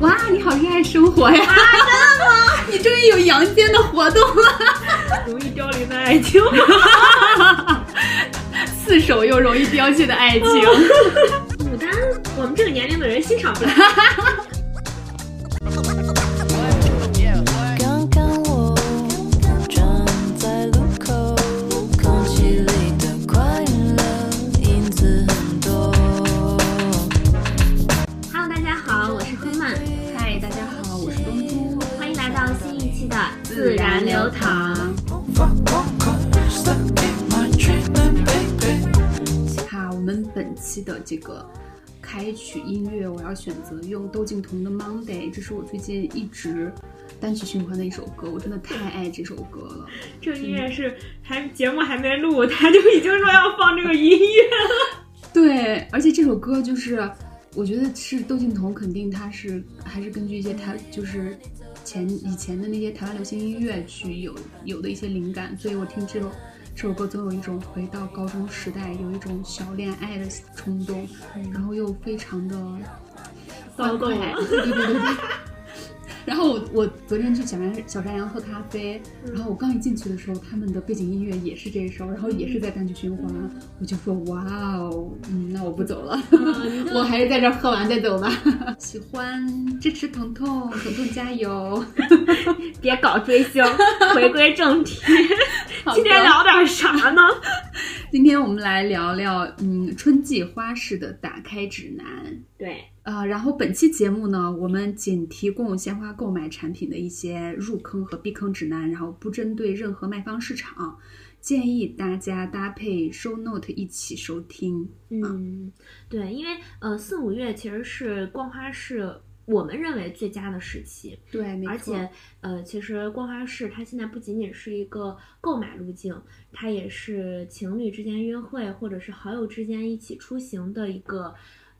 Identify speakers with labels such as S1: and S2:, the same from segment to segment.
S1: 哇，你好热爱生活呀！真的吗？ 你终于有阳间的活动了，
S2: 容易凋零的爱情。
S1: 四手又容易凋谢的爱情。
S2: 牡丹，我们这个年龄的人欣赏不了。
S3: 刚刚我站在路口，空气里的快乐影子很多。
S2: Hello，大家好，我是灰曼，
S1: 嗨，大家好，我是东珠。
S2: 欢迎来到新一期的自然流淌。
S1: 好，我们本期的这个开曲音乐，我要选择用窦靖童的《Monday》，这是我最近一直单曲循环的一首歌，我真的太爱这首歌了。
S2: 这个音乐是还节目还没录，他就已经说要放这个音乐。
S1: 对，而且这首歌就是，我觉得是窦靖童，肯定他是还是根据一些台，就是前以前的那些台湾流行音乐去有有的一些灵感，所以我听这首这首歌总有一种回到高中时代，有一种小恋爱的冲动，然后又非常的欢
S2: 骚动
S1: 快，对对对对。 然后我我昨天去小山小山羊喝咖啡，
S2: 嗯
S1: 然后我刚一进去的时候，他们的背景音乐也是这首，然后
S2: 嗯
S1: 也是在单曲循环，我就说哇哦，嗯，那我不走
S2: 啊
S1: 了，我还是在这儿喝完再走 吧。喜欢支持彤彤，彤彤加油！
S2: 别搞追 星，回归正题。
S1: 好的
S2: 今天聊点啥呢？
S1: 今天我们来聊聊嗯春季花式的打开指南。
S2: 对，
S1: 呃，然后本期节目呢，我们仅提供鲜花购买产品的一些入坑和避坑指南，然后不针对任何卖方市场，建议大家搭配 show note 一起收听。
S2: 嗯，对，因为呃四五月其实是逛花市，我们认为最佳的时期。
S1: 对，没错。
S2: 而且，呃，其实逛花市它现在不仅仅是一个购买路径，它也是情侣之间约会或者是好友之间一起出行的一个，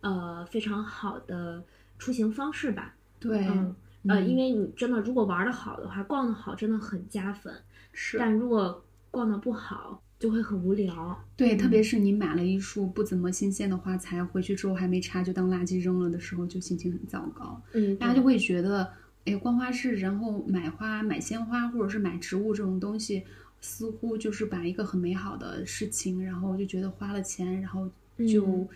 S2: 呃，非常好的出行方式吧。
S1: 对，
S2: 嗯，呃，
S1: 嗯
S2: 因为你真的如果玩的好的话，逛的好真的很加分，
S1: 是
S2: 但如果逛的不好，就会很无聊。
S1: 对，特
S2: 嗯
S1: 别是你买了一束不怎么新鲜的花材，回去之后还没插就当垃圾扔了的时候，就心情很糟糕。
S2: 嗯，
S1: 大家就
S2: 对
S1: 会觉得，哎，逛花市，然后买花、买鲜花或者是买植物这种东西，似乎就是把一个很美好的事情，然后就觉得花了钱，然后就
S2: 嗯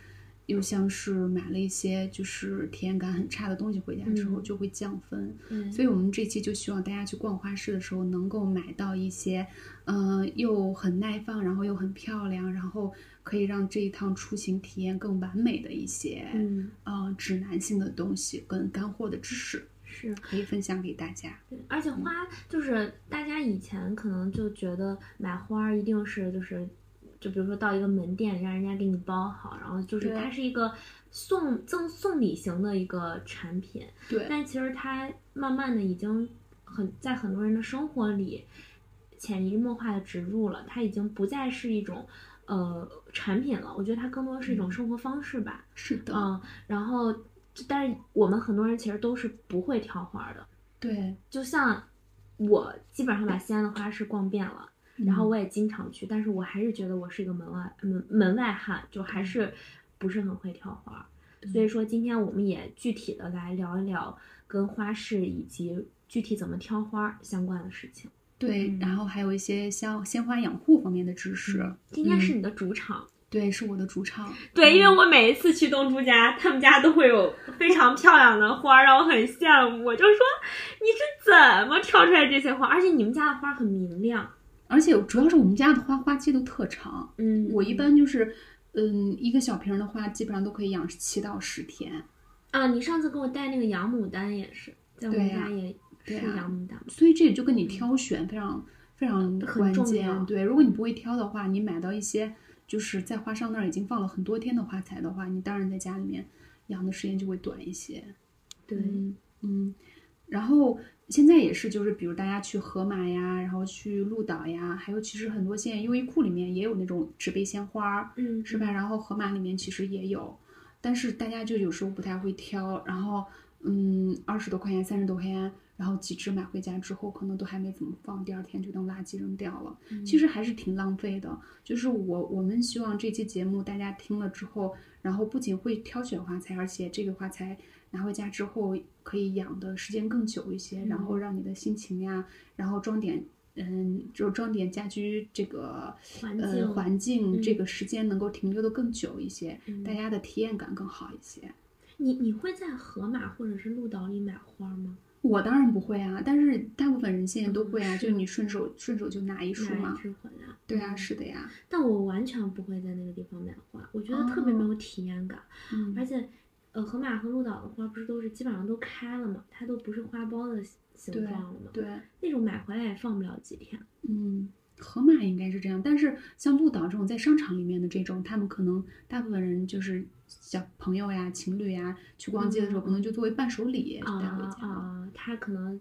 S1: 又像是买了一些就是体验感很差的东西回家之后
S2: 嗯
S1: 就会降分。
S2: 嗯
S1: 所以我们这期就希望大家去逛花市的时候能够买到一些，嗯、又很耐放，然后又很漂亮，然后可以让这一趟出行体验更完美的一些，
S2: 嗯
S1: 呃指南性的东西跟干货的知识，
S2: 是。
S1: 可以分享给大家。
S2: 对，而且花就是大家以前可能就觉得买花儿一定是就是，就比如说到一个门店，让人家给你包好，然后就是
S1: 对
S2: 它是一个送赠送礼型的一个产品，
S1: 对，
S2: 但其实它慢慢的已经很在很多人的生活里潜移默化的植入了，它已经不再是一种呃产品了，我觉得它更多是一种生活方式吧。
S1: 是的，
S2: 嗯，然后但是我们很多人其实都是不会挑花儿的。
S1: 对。
S2: 就像我基本上把西安的花市逛遍了，然后
S1: 嗯
S2: 我也经常去，但是我还是觉得我是一个门外门门外汉，就还是不是很会挑花。所以说，今天我们也具体的来聊一聊跟花市以及具体怎么挑花相关的事情。
S1: 对，
S2: 嗯
S1: 然后还有一些像鲜花养护方面的知识，
S2: 今天是
S1: 嗯
S2: 你的主场，嗯
S1: 对，是我的主场。
S2: 对，因为我每一次去东珠家，他们家都会有非常漂亮的花，让我很羡慕。我就说，你是怎么挑出来这些花？而且你们家的花很明亮。
S1: 而且主要是我们家的花花期都特长，
S2: 嗯
S1: 我一般就是，嗯，一个小瓶儿的花基本上都可以养七到十天。
S2: 啊，你上次给我带那个洋牡丹也是，在我
S1: 对
S2: 们
S1: 呀
S2: 家也是
S1: 对呀
S2: 洋牡丹吗。
S1: 所以这也就跟你挑选非常非常关
S2: 嗯很重要
S1: 键。对，如果你不会挑的话，你买到一些就是在花商那儿已经放了很多天的花材的话，你当然在家里面养的时间就会短一些。
S2: 对，
S1: 嗯嗯，然后现在也是，就是比如大家去河马呀，然后去鹿岛呀，还有其实很多现在优衣库里面也有那种纸杯鲜花儿，
S2: 嗯，
S1: 是吧？然后河马里面其实也有，但是大家就有时候不太会挑，然后嗯，二十多块钱、三十多块钱，然后几支买回家之后，可能都还没怎么放，第二天就当垃圾扔掉了。
S2: 嗯
S1: 其实还是挺浪费的。就是我我们希望这期节目大家听了之后，然后不仅会挑选花材，而且这个花材拿回家之后可以养的时间更久一些，然
S2: 嗯
S1: 后让你的心情呀，然后装点。嗯，就装点家居这个
S2: 环
S1: 呃
S2: 境
S1: 环境，这
S2: 嗯
S1: 个时间能够停留的更久一些，
S2: 嗯
S1: 大家的体验感更好一些。
S2: 你你会在河马或者是鹿岛里买花吗？
S1: 我当然不会啊，但是大部分人现在都
S2: 嗯
S1: 会啊，
S2: 是
S1: 就你顺手顺手就拿一束
S2: 买一
S1: 嘛。
S2: 支回来。
S1: 对啊，
S2: 嗯
S1: 是的呀。
S2: 但我完全不会在那个地方买花，我觉得特
S1: 哦
S2: 别没有体验感。
S1: 嗯
S2: 而且，呃，河马和鹿岛的花不是都是基本上都开了嘛，它都不是花苞的形形状了嘛，
S1: 对，
S2: 那种买回来也放不了几天。
S1: 嗯，河马应该是这样，但是像鹿岛这种在商场里面的这种，他们可能大部分人就是小朋友呀、情侣呀去逛街的时候，
S2: 嗯
S1: 可能就作为伴手礼
S2: 啊
S1: 带回家了。
S2: 啊，它可能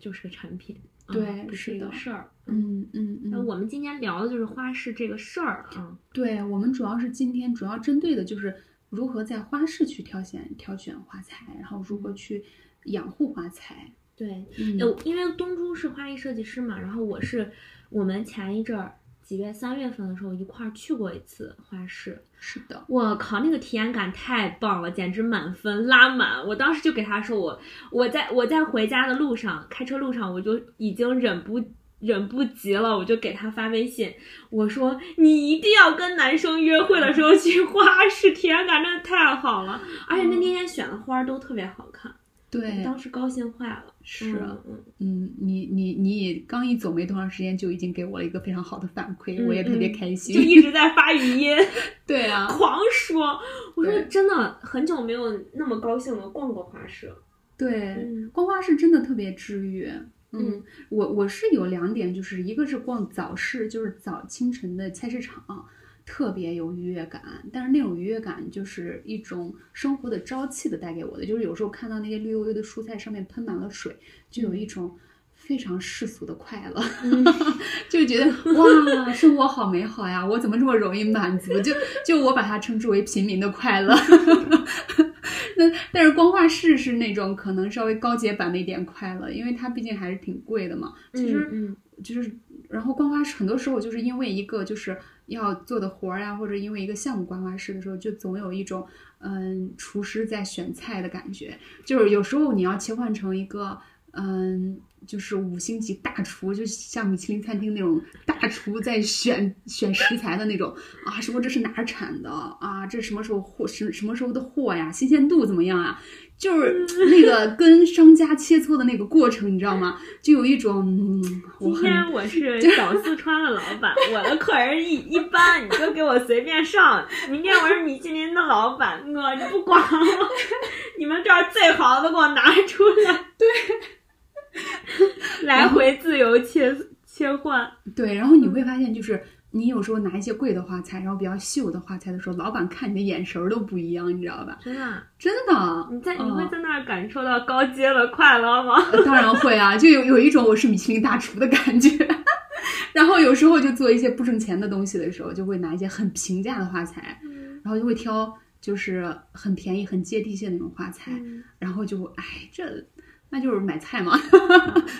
S2: 就是个产品，啊
S1: 对
S2: 不
S1: 是
S2: 一个
S1: 的
S2: 事儿。
S1: 嗯嗯
S2: 那
S1: 嗯，
S2: 我们今天聊的就是花市这个事儿啊，
S1: 对我们主要是今天主要针对的就是如何在花市去挑选挑选花材，然后如何去养护花材。
S2: 对，
S1: 嗯，
S2: 呃，因为东珠是花艺设计师嘛，然后我是我们前一阵儿几月三月份的时候一块儿去过一次花市，
S1: 是的，
S2: 我靠，那个体验感太棒了，简直满分拉满！我当时就给他说我，我在我在回家的路上，开车路上我就已经忍不忍不及了，我就给他发微信，我说你一定要跟男生约会的时候去花市，体验感真的太好了，而且那天选的花儿都特别好看，
S1: 嗯对，
S2: 当时高兴坏了。
S1: 是
S2: 嗯嗯
S1: 嗯，你你你也刚一走没多长时间，就已经给我了一个非常好的反馈，
S2: 嗯
S1: 我也特别
S2: 嗯
S1: 开
S2: 就
S1: 心。
S2: 一直在发语 音，
S1: 对 啊，
S2: 狂说。我说
S1: 对
S2: 真的很久没有那么高兴的逛过花市了。
S1: 对，
S2: 嗯
S1: 逛花市真的特别治愈。
S2: 嗯，
S1: 我我是有两点，就是一个是逛早市，就是早清晨的菜市场，特别有愉悦感。但是那种愉悦感就是一种生活的朝气的带给我的，就是有时候看到那些绿油油的蔬菜上面喷满了水，就
S2: 嗯
S1: 有一种非常世俗的快乐， 就觉得哇，生活好美好呀！我怎么这么容易满足？就就我把它称之为平民的快乐。那但是光画室是那种可能稍微高阶版的一点快乐，因为它毕竟还是挺贵的嘛。其实
S2: 嗯嗯
S1: 就是，然后逛花市很多时候就是因为一个就是要做的活儿啊，或者因为一个项目逛花市的时候，就总有一种嗯厨师在选菜的感觉，就是有时候你要切换成一个嗯。就是五星级大厨，就像米其林餐厅那种大厨在选选食材的那种啊，什么这是哪儿产的啊，这什么时候货什什么时候的货呀，新鲜度怎么样啊？就是那个跟商家切磋的那个过程，你知道吗？就有一种嗯，我很
S2: 今天我是 小四川的老 板，我的客人一一般，你就给我随便上。明天我是米其林的老板，我就不管了，你们这儿最好的给我拿出来。对，来回自由切切换。
S1: 对，然后你会发现，就是你有时候拿一些贵的花材，然后比较秀的花材的时候，老板看你的眼神儿都不一样，你知道吧？
S2: 真的，啊哦
S1: 真的，
S2: 你在你
S1: 嗯
S2: 会在那儿感受到高阶的快乐吗？
S1: 当然会啊，就有有一种我是米其林大厨的感觉。 然后有时候就做一些不挣钱的东西的时候，就会拿一些很平价的花材，
S2: 嗯
S1: 然后就会挑就是很便宜、很接地气的那种花材，
S2: 嗯
S1: 然后就哎这。那就是买菜嘛，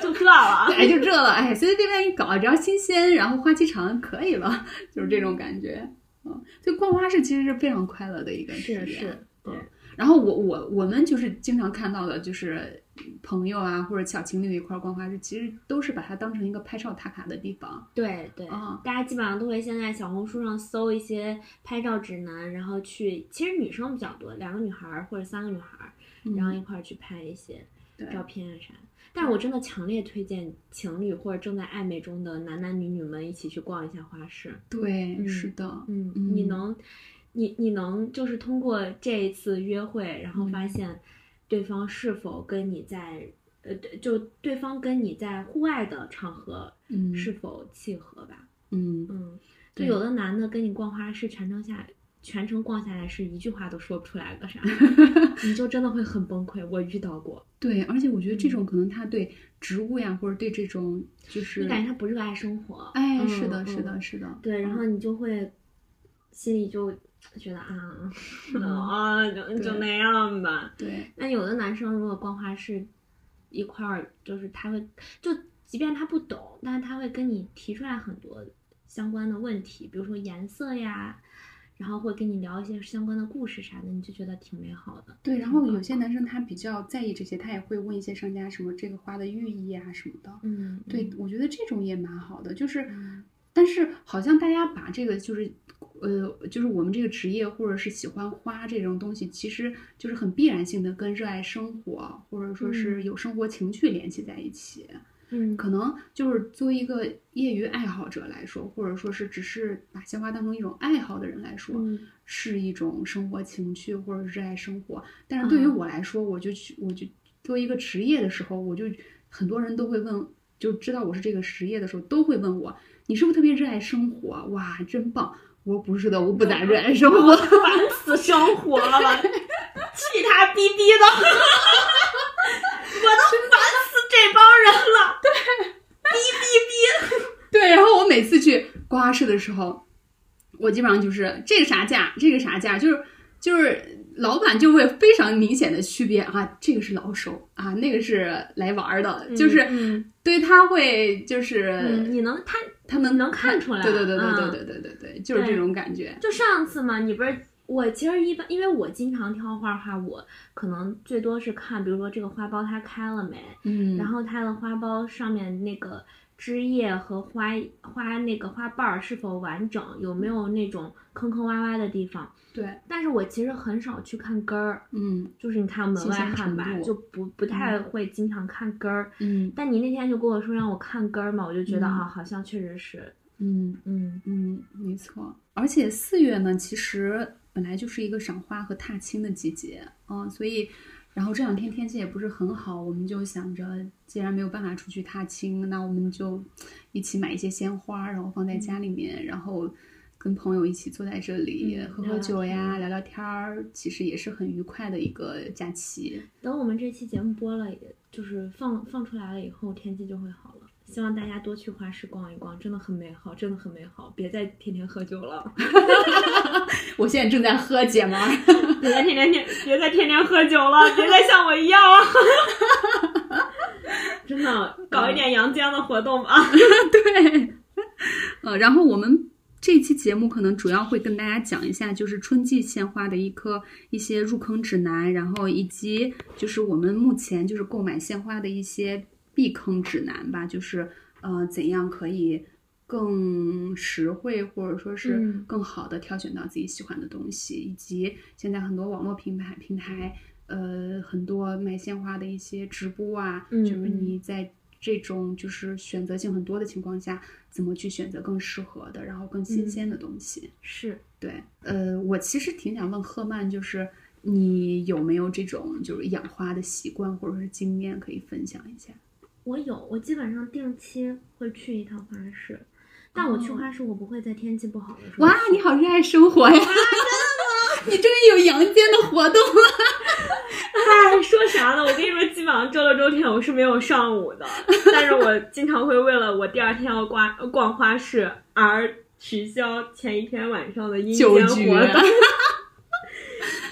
S2: 就这了。啊
S1: 哎，就这了，哎，随随便便一搞，只要新鲜，然后花期长，可以了，就是这种感觉。嗯，所以逛花市其实是非常快乐的一个体验。
S2: 对，
S1: 然后我我我们就是经常看到的，就是朋友啊或者小情侣一块儿逛花市，其实都是把它当成一个拍照打卡的地方。
S2: 对对、
S1: 啊
S2: 大家基本上都会先在小红书上搜一些拍照指南，然后去，其实女生比较多，两个女孩儿或者三个女孩儿，然后一块儿去拍一些
S1: 嗯对
S2: 照片啊啥。但是我真的强烈推荐情侣或者正在暧昧中的男男女女们一起去逛一下花市。
S1: 对，
S2: 嗯
S1: 是的，
S2: 嗯，你
S1: 嗯
S2: 能，你你能就是通过这一次约会，然后
S1: 嗯
S2: 发现对方是否跟你在。呃，对就对方跟你在户外的场合
S1: 嗯，
S2: 是否契合吧？
S1: 嗯，
S2: 嗯，就
S1: 对
S2: 有的男的跟你逛花市全程下全程逛下来是一句话都说不出来 个啥，你就真的会很崩溃。我遇到过，
S1: 对，而且我觉得这种
S2: 嗯
S1: 可能他对植物呀，或者对这种就是，
S2: 你感觉他不热爱生活。
S1: 哎，
S2: 嗯
S1: 是的，是的，
S2: 嗯
S1: 是的，
S2: 对，然后你就会心里就 觉得啊，啊，就就
S1: 对
S2: 那样吧。
S1: 对，
S2: 那有的男生如果光花是一块儿，就是他会就即便他不懂，但是他会跟你提出来很多相关的问题，比如说颜色呀，然后会跟你聊一些相关的故事啥的，你就觉得挺美好的。
S1: 对。然后有些男生他比较在意这些，他也会问一些商家什么这个花的寓意啊什么的。
S2: 嗯，
S1: 对
S2: 嗯，
S1: 我觉得这种也蛮好的，就是
S2: 嗯，
S1: 但是好像大家把这个就是，呃，就是我们这个职业或者是喜欢花这种东西，其实就是很必然性的跟热爱生活或者说是
S2: 嗯
S1: 有生活情趣联系在一起。
S2: 嗯，
S1: 可能就是作为一个业余爱好者来说，或者说是只是把鲜花当成一种爱好的人来说，
S2: 嗯
S1: 是一种生活情趣或者是热爱生活。但是对于
S2: 嗯
S1: 我来说，我就去，我就作为一个职业的时候，我就很多人都会问，就知道我是这个职业的时候，都会问我，你是不是特别热爱生活？哇，真棒！我说不是的，我不咋热爱生活。
S2: 烦死生活了，气他逼逼的， 我都烦死这帮人了。对，逼逼逼。
S1: 对，然后我每次去瓜花市的时候，我基本上就是这个啥价，这个啥价，就是就是老板就会非常明显的区别啊，这个是老手啊，那个是来玩儿的，就是呃
S2: 嗯
S1: 对他会就是、
S2: 嗯，你能他
S1: 他能
S2: 能看出来
S1: 对对对对
S2: 嗯
S1: 对对对对对，就是这种感觉。
S2: 就上次嘛，你不是我其实一般，因为我经常挑花的话，我可能最多是看，比如说这个花苞它开了没，
S1: 嗯，
S2: 然后它的花苞上面那个枝叶和花花那个花瓣儿是否完整，有没有那种坑坑洼洼的地方。
S1: 对，
S2: 但是我其实很少去看根儿，
S1: 嗯
S2: 就是你看门
S1: 新
S2: 外
S1: 鲜
S2: 汉
S1: 程
S2: 吧，
S1: 度
S2: 就不不太会经常看根儿。
S1: 嗯
S2: 但你那天就跟我说让我看根儿嘛，我就觉得、
S1: 嗯
S2: 啊，好像确实是，
S1: 嗯
S2: 嗯
S1: 嗯，没错。而且四月呢，其实本来就是一个赏花和踏青的季节，嗯，所以，然后这两天天气也不是很好，我们就想着，既然没有办法出去踏青，那我们就一起买一些鲜花，然后放在家里面，然后跟朋友一起坐在这里、
S2: 嗯
S1: 喝
S2: 聊
S1: 喝
S2: 聊
S1: 酒呀，
S2: 天
S1: 聊聊天儿，其实也是很愉快的一个假期。
S2: 等我们这期节目播了，也就是放放出来了以后，天气就会好了。希望大家多去花市逛一逛，真的很美好，真的很美好。别再天天喝酒了，
S1: 我现在正在喝，姐们儿。
S2: 别再天天天，别再天天喝酒 了，别再像我一样 了。真的，搞一点阳间的活动吧。
S1: 对， 呃，然后我们这期节目可能主要会跟大家讲一下，就是春季鲜花的一颗一些入坑指南，然后以及就是我们目前就是购买鲜花的一些避坑指南吧，就是呃怎样可以。更实惠，或者说是
S2: 嗯
S1: 更好的挑选到自己喜欢的东西，以及现在很多网络平台平台，呃，很多卖鲜花的一些直播啊，
S2: 嗯
S1: 就是
S2: 嗯
S1: 你在这种就是选择性很多的情况下，怎么去选择更适合的，然后更新鲜的东西。
S2: 是，
S1: 对，呃，我其实挺想问赫曼，就是你有没有这种就是养花的习惯或者是经验可以分享一下？
S2: 嗯我有，我基本上定期会去一趟花市，但我去
S1: 哦
S2: 花市，我不会在天气不好的时候去。
S1: 哇，你好热爱生活呀！真的吗？ 你终于有阳间的活动了。
S2: 哎，说啥呢？我跟你说，基本上周六周天我是没有上午的，但是我经常会为了我第二天要逛逛花市而取消前一天晚上的阴间活
S1: 酒局
S2: 动。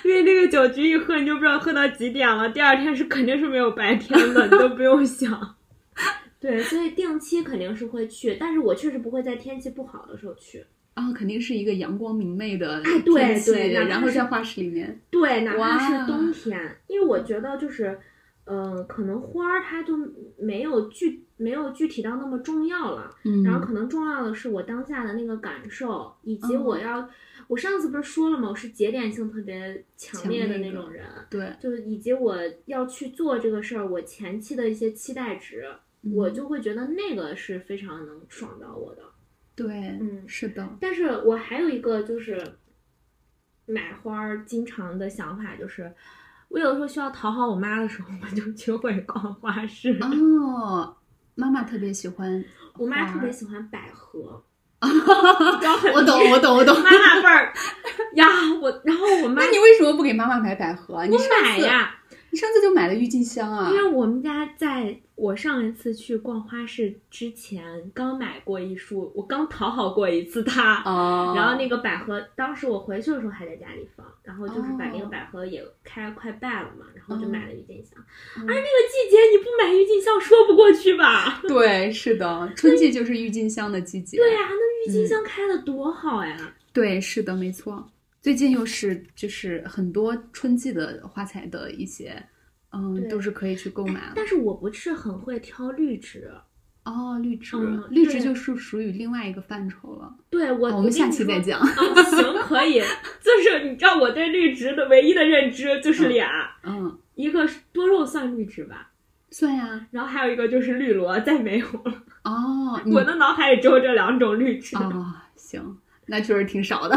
S2: 因为那个酒局一喝，你就不知道喝到几点了。第二天是肯定是没有白天的，你都不用想。 对，所以定期肯定是会去，但是我确实不会在天气不好的时候去。
S1: 啊、肯定是一个阳光明媚的
S2: 哎对
S1: 天气
S2: 对哪怕
S1: 然后
S2: 是
S1: 在花市里面，
S2: 对，哪怕是
S1: 哇
S2: 冬天，因为我觉得就是，呃，可能花儿它就没有具没有具体到那么重要了。
S1: 嗯
S2: 然后可能重要的是我当下的那个感受，以及
S1: 嗯
S2: 我要，我上次不是说了吗？我是节点性特别强
S1: 强
S2: 烈的
S1: 烈
S2: 那
S1: 的
S2: 种人，
S1: 对，
S2: 就是以及我要去做这个事儿，我前期的一些期待值，我
S1: 嗯
S2: 就会觉得那个是非常能爽到我的。
S1: 对，
S2: 嗯
S1: 是的，
S2: 但是我还有一个就是买花儿经常的想法就是，我有的时候需要讨好我妈的时候，我就去会逛花市。
S1: 哦哦，妈妈特别喜欢花儿，
S2: 我妈特别喜欢百合，
S1: 我懂，我懂，我懂。
S2: 妈妈辈儿呀，我然后我妈
S1: 那你为什么不给妈妈买百合啊？你
S2: 我
S1: 上
S2: 买
S1: 次，
S2: 呀，
S1: 你上次就买了郁金香啊
S2: 因？为我们家在我上一次去逛花市之前刚买过一束，我刚讨好过一次它。
S1: 啊，
S2: 然后那个百合，当时我回去的时候还在家里放，然后就是把那个
S1: 哦
S2: 百合也开快败了嘛，然后就
S1: 嗯
S2: 买了郁金香。
S1: 嗯
S2: 哎，那个季节你不买郁金香说不过去吧？
S1: 对，是的，春季就是郁金香的季节。
S2: 对呀、那郁金
S1: 嗯
S2: 香开的多好呀！
S1: 对，是的，没错。最近又是就是很多春季的花材的一些，嗯，
S2: 对
S1: 都是可以去购买了。
S2: 哎但是我不是很会挑绿植，
S1: 哦，绿植，
S2: 嗯
S1: 绿植
S2: 对
S1: 就是属于另外一个范畴了。
S2: 对我、
S1: 哦我
S2: 跟
S1: 们
S2: 你
S1: 下期再
S2: 说。
S1: 讲。
S2: 啊，行，可以， 就是你知道我对绿植的唯一的认知就是俩，
S1: 嗯，
S2: 一个是多肉算绿植吧，
S1: 算呀。
S2: 然后还有一个就是绿萝，再没有了。
S1: 哦，你
S2: 我的脑海里只有这两种绿植，
S1: 哦，行，那确实挺少 的。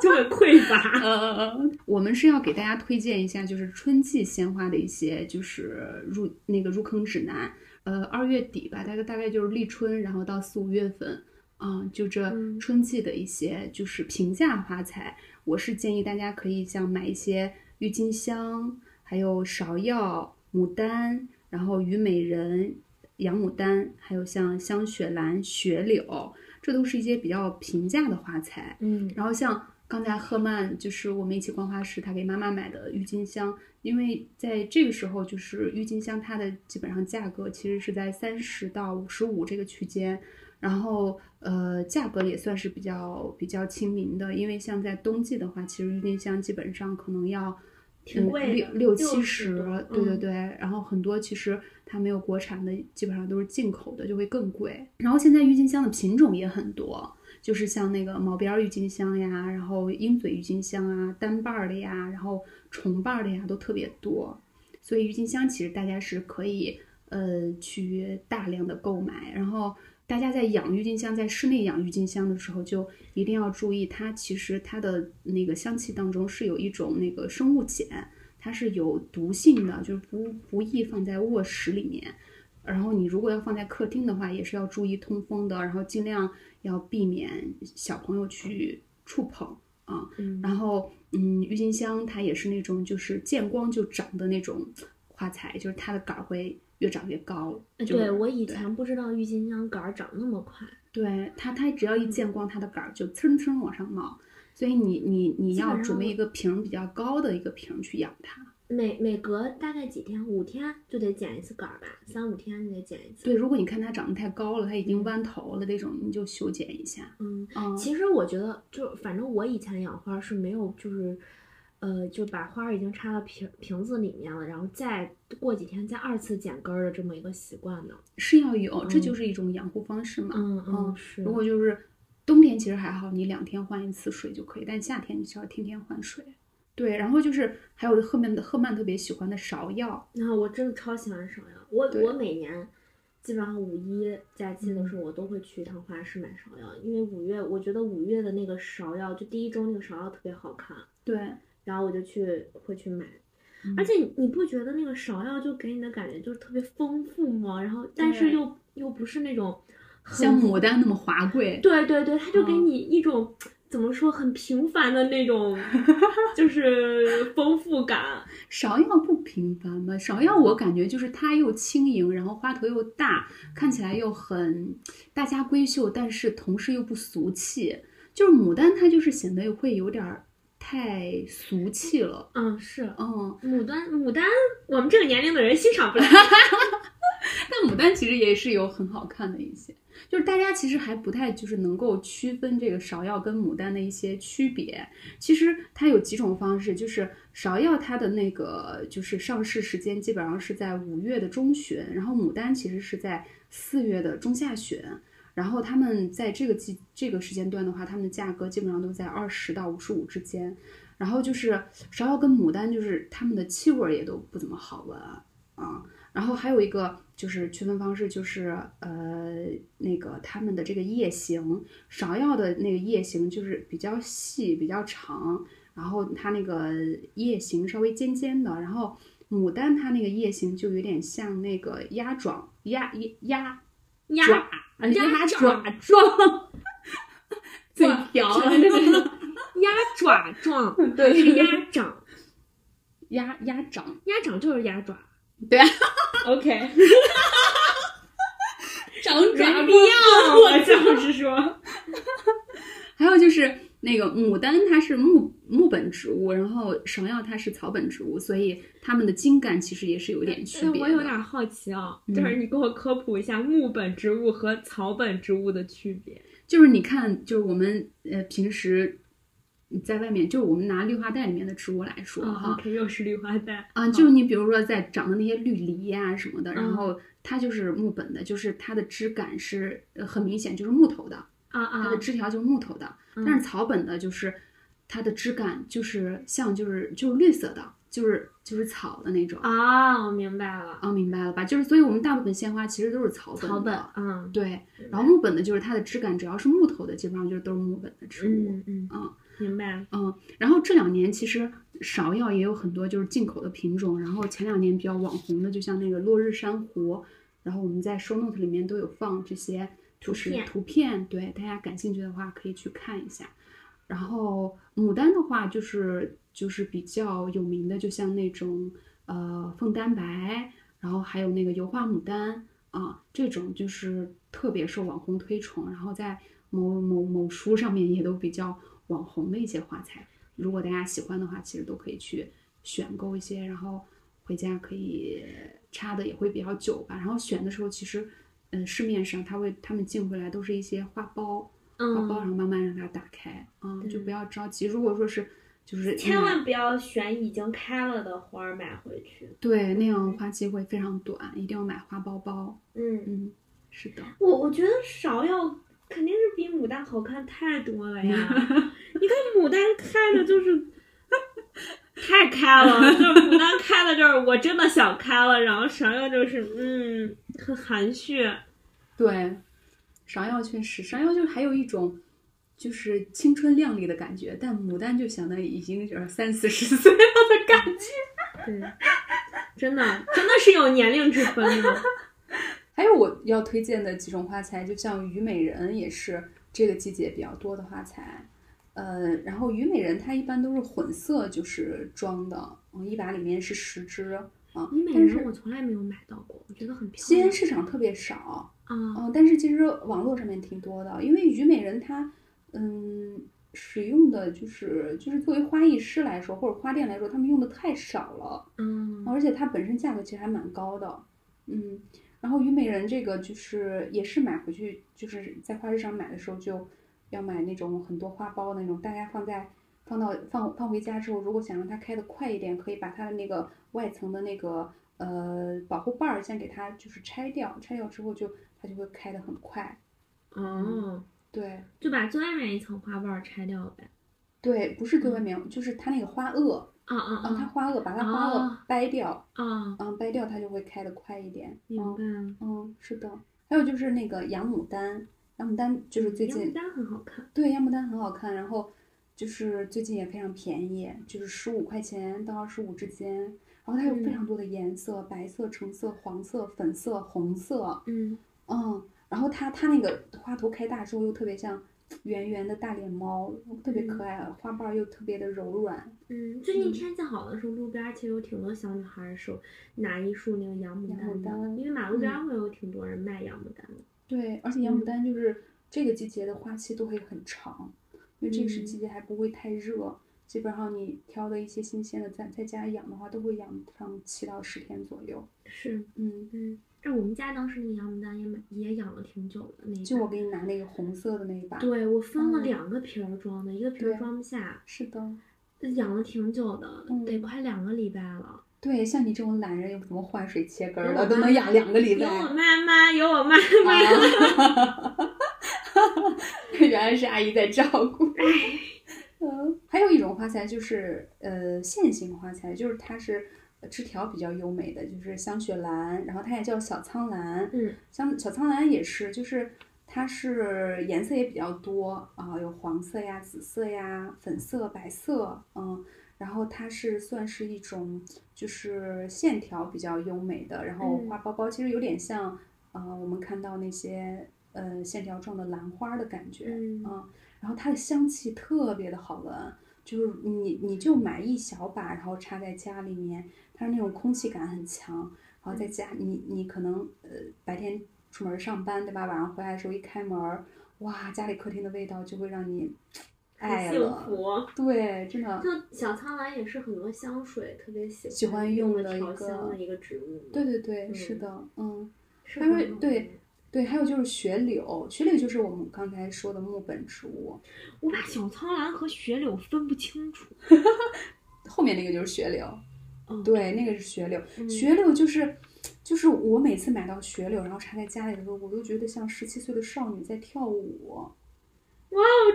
S2: 就很匮乏。
S1: 呃，我们是要给大家推荐一下，就是春季鲜花的一些就是入那个入坑指南。呃，二月底吧，大概大概就是立春，然后到四五月份，啊、就这
S2: 嗯
S1: 春季的一些就是平价花材，我是建议大家可以像买一些郁金香，还有芍药、牡丹，然后虞美人、洋牡丹，还有像香雪兰、雪柳，这都是一些比较平价的花材。
S2: 嗯，
S1: 然后像刚才赫曼，就是我们一起逛花市，他给妈妈买的郁金香，因为在这个时候，就是郁金香它的基本上价格其实是在三十到五十五这个区间，然后呃价格也算是比较比较亲民的，因为像在冬季的话，其实郁金香基本上可能要。
S2: 挺
S1: 嗯
S2: 贵的
S1: 六六七
S2: 60
S1: 十
S2: 多，
S1: 对对
S2: 嗯
S1: 对。然后很多其实它没有国产的，基本上都是进口的，就会更贵。然后现在郁金香的品种也很多，就是像那个毛边儿郁金香呀，然后鹰嘴郁金香啊，单瓣儿的呀，然后重瓣儿的呀，都特别多。所以郁金香其实大家是可以呃去大量的购买，然后。大家在养郁金香，在室内养郁金香的时候，就一定要注意，它其实它的那个香气当中是有一种那个生物碱，它是有毒性的，就是不不宜放在卧室里面。然后你如果要放在客厅的话，也是要注意通风的，然后尽量要避免小朋友去触碰啊。
S2: 嗯
S1: 然后，嗯，郁金香它也是那种就是见光就长的那种花材，就是它的杆儿会越长越高。就是
S2: 呃对我以
S1: 对
S2: 前不知道郁金香杆儿长那么快，
S1: 对它，它只要一见光，它的杆儿就蹭蹭往上冒。所以你你你
S2: 基本
S1: 要
S2: 上
S1: 准备
S2: 我
S1: 一个瓶儿比较高的一个瓶儿去养它。
S2: 每每隔大概几天，五天就得剪一次杆儿吧，三五天就得剪一次。
S1: 对，如果你看它长得太高了，它已经弯头了，这种你就修剪一下。
S2: 嗯，
S1: 嗯，
S2: 其实我觉得，就反正我以前养花是没有，就是，呃，就把花儿已经插到瓶瓶子里面了，然后再过几天再二次剪根儿的这么一个习惯的。
S1: 是要有，这
S2: 嗯
S1: 就是一种养护方式嘛。
S2: 嗯
S1: 嗯
S2: 是。
S1: 如果就是冬天其实还好，你两天换一次水就可以，但夏天你需要天天换水。对，然后就是还有赫曼的赫曼特别喜欢的芍药，
S2: 然后我真的超喜欢芍药，我
S1: 对
S2: 我每年基本上五一假期的
S1: 嗯
S2: 时候，我都会去一趟花市买芍药，因为五月我觉得五月的那个芍药，就第一周那个芍药特别好看，
S1: 对，
S2: 然后我就去会去买。
S1: 嗯
S2: 而且你你不觉得那个芍药就给你的感觉就是特别丰富吗？然后但是
S1: 对
S2: 又又不是那种很
S1: 像牡丹那么华贵。
S2: 对对对，它就给
S1: 嗯
S2: 你一种、怎么说很平凡的那 种，就是丰富感。
S1: 芍药不平凡吧？芍药我感觉就是它又轻盈，然后花头又大，看起来又很大家闺秀，但是同时又不俗气。就是牡丹，它就是显得会有点儿太俗气了。
S2: 嗯，是
S1: 嗯，
S2: 牡丹，牡丹，我们这个年龄的人欣赏不了。
S1: 但牡丹其实也是有很好看的一些，就是大家其实还不太就是能够区分这个芍药跟牡丹的一些区别。其实它有几种方式，就是芍药它的那个就是上市时间基本上是在五月的中旬，然后牡丹其实是在四月的中下旬。然后它们在这个季这个时间段的话，它们的价格基本上都在二十到五十五之间。然后就是芍药跟牡丹，就是它们的气味儿也都不怎么好闻啊。然后还有一个就是区分方式，就是呃那个它们的这个叶形，芍药的那个叶形就是比较细、比较长，然后它那个叶形稍微尖尖的，然后牡丹它那个叶形就有点像那个鸭爪、鸭鸭鸭
S2: 鸭哎
S1: 爪、
S2: 鸭
S1: 鸭
S2: 爪
S1: 爪状。嘴瓢了，真的是
S2: 鸭爪状还
S1: 对
S2: 是鸭掌？
S1: 鸭鸭掌，
S2: 鸭掌就是鸭 爪。
S1: 对啊，
S2: OK，
S1: 掌
S2: 没
S1: 爪
S2: 必
S1: 不
S2: 要，我就是说，
S1: 还有就是那个牡丹，它是木木本植物，然后芍药它是草本植物，所以它们的茎干其实也是有点区
S2: 哎
S1: 别的。
S2: 我有点好奇啊，
S1: 嗯
S2: 就是你给我科普一下木本植物和草本植物的区别。
S1: 就是你看，就是我们呃平时在外面，就是我们拿绿化带里面的植物来说
S2: 哦
S1: 哈，
S2: ，OK，又是绿化带
S1: 啊，就你比如说在长的那些绿篱呀、什么的，然
S2: 嗯
S1: 后它就是木本的，就是它的枝干是呃很明显就是木头的，
S2: 啊啊
S1: 它的枝条就是木头的，
S2: 嗯
S1: 但是草本的就是它的枝干就是像就是就是绿色的，就是就是草的那种。
S2: 啊！我明白了，
S1: 哦，明白了吧？就是，所以我们大部分鲜花其实都是草本的。
S2: 草本，嗯，
S1: 对，
S2: 明白
S1: 然后木本的就是它的枝干，只要是木头的，基本上就是都是木本的植物。
S2: 嗯嗯
S1: 啊
S2: 明白了，
S1: 嗯，然后这两年其实芍药也有很多就是进口的品种，然后前两年比较网红的，就像那个落日珊瑚，然后我们在 show note 里面都有放这些就是
S2: 图片
S1: 图片，对大家感兴趣的话可以去看一下。然后牡丹的话，就是就是比较有名的，就像那种呃凤丹白，然后还有那个油画牡丹啊，这种就是特别受网红推崇，然后在某某某书上面也都比较网红的一些花材。如果大家喜欢的话，其实都可以去选购一些，然后回家可以插的也会比较久吧。然后选的时候，其实嗯市面上它会他们进回来都是一些花苞。包包，然
S2: 嗯，
S1: 后慢慢让它打开，啊、就
S2: 对
S1: 不要着急。如果说是就是
S2: 千
S1: 那样
S2: 万不要选已经开了的花儿买回去。
S1: 对那样花期会非常短，一定要买花包包。
S2: 嗯，
S1: 嗯，是的，
S2: 我我觉得芍药肯定是比牡丹好看太多了 呀。你看牡丹开的就是。 太开了，就是牡丹开的，就是我真的想开了，然后芍药就是嗯，很含蓄，
S1: 对，芍药确实，芍药就还有一种就是青春靓丽的感觉，但牡丹就显得已经就是三四十岁了的感觉。
S2: 对，真的真的是有年龄之分 的。
S1: 还有我要推荐的几种花材，就像虞美人也是这个季节比较多的花材。呃，然后虞美人它一般都是混色，就是装的，嗯，一把里面是十支啊。
S2: 虞美
S1: 但是
S2: 人我从来没有买到过，我觉得很漂
S1: 西
S2: 亮
S1: 安市场特别少，
S2: 啊。
S1: 嗯，但是其实网络上面挺多的，因为虞美人它，嗯，使用的就是就是作为花艺师来说，或者花店来说，他们用的太少了，
S2: 嗯
S1: 而且它本身价格其实还蛮高的，嗯，然后虞美人这个就是也是买回去，就是在花市上买的时候就要买那种很多花苞的那种，大家放在放到放放回家之后，如果想让它开的快一点，可以把它的那个外层的那个呃保护瓣儿先给它就是拆掉，拆掉之后就它就会开的很快，
S2: 哦，
S1: 对。
S2: 就把最外面一层花瓣儿拆掉呗。
S1: 对，不是最外面，就是它那个花萼，
S2: 啊嗯啊
S1: 嗯，它
S2: 啊
S1: 花萼，把它花萼
S2: 啊
S1: 掰掉，
S2: 啊！
S1: 嗯，掰掉它就会开的快一点。
S2: 明
S1: 嗯
S2: 白了。
S1: 嗯，是的，还有就是那个洋牡丹，洋牡丹就是最
S2: 杨
S1: 近
S2: 丹很好看。
S1: 对洋牡丹很好看，然后就是最近也非常便宜，就是十五块钱到二十五之间，然后它有非
S2: 嗯
S1: 常多的颜色，白色、橙色、黄色、粉色、红色，
S2: 嗯，
S1: 嗯，然后它它那个花头开大之后又特别像圆圆的大脸猫，特别可爱，花瓣儿又特别的柔软，
S2: 嗯，最近天气好的时候，路边儿其实有挺多小女孩儿手拿一束那个洋牡
S1: 洋牡
S2: 丹的，
S1: 丹嗯
S2: 因为马路边儿会有挺多人卖洋牡丹的。
S1: 对，而且洋牡
S2: 嗯
S1: 丹就是这个季节的花期都会很长，因为这个时
S2: 嗯
S1: 季节还不会太热，基本上你挑的一些新鲜的在在家养的话，都会养上七到十天左右。
S2: 是，
S1: 嗯，
S2: 嗯，哎，我们家当时那个洋牡丹也买也养了挺久的那一
S1: 就
S2: 盆
S1: 我给你拿那个红色的那一把，
S2: 对我分了
S1: 嗯
S2: 两个瓶儿装的，一个瓶儿
S1: 对
S2: 装不下，呃
S1: 是的，
S2: 养了挺久的，
S1: 嗯
S2: 得快两个礼拜了。
S1: 对，像你这种懒人，又不怎么换水切根儿
S2: 有
S1: 了，
S2: 我
S1: 都
S2: 妈
S1: 能养两个礼拜
S2: 有。我妈妈，有我 妈妈，
S1: 啊 原来是阿姨在照顾。 嗯，还有一种花材就是呃线形花材，就是它是呃枝条比较优美的，就是香雪兰，然后它也叫小苍兰。
S2: 嗯，
S1: 像小苍兰也是，就是它是颜色也比较多啊、有黄色呀、紫色呀、粉色、白色，嗯，然后它是算是一种就是线条比较优美的，然后
S2: 嗯
S1: 花苞苞其实有点像呃我们看到那些呃线条状的兰花的感觉，
S2: 嗯
S1: 然后它的香气特别的好闻，就是你你就买一小把，然后插在家里面，它是那种空气感很强，然后在家你你可能呃白天出门上班对吧，晚上回来的时候一开门儿，哇，家里客厅的味道就会让你爱
S2: 很幸
S1: 了，
S2: 福。
S1: 对，真 的，
S2: 就小苍兰也是很多香水特别喜
S1: 喜欢用
S2: 的
S1: 的一
S2: 调
S1: 个
S2: 香的一个植物，
S1: 对对对，是
S2: 嗯
S1: 的，嗯。
S2: 是
S1: 因
S2: 很
S1: 为
S2: 好
S1: 对
S2: 闻
S1: 对，还有就是雪柳，雪柳就是我们刚才说的木本植物，
S2: 我把小苍兰和雪柳分不清楚。
S1: 后面那个就是雪柳，
S2: 嗯，
S1: 对，那个是雪柳，
S2: 嗯
S1: 雪柳就是，就是我每次买到雪柳，然后插在家里的时候，我都觉得像十七岁的少女在跳舞，
S2: 哦，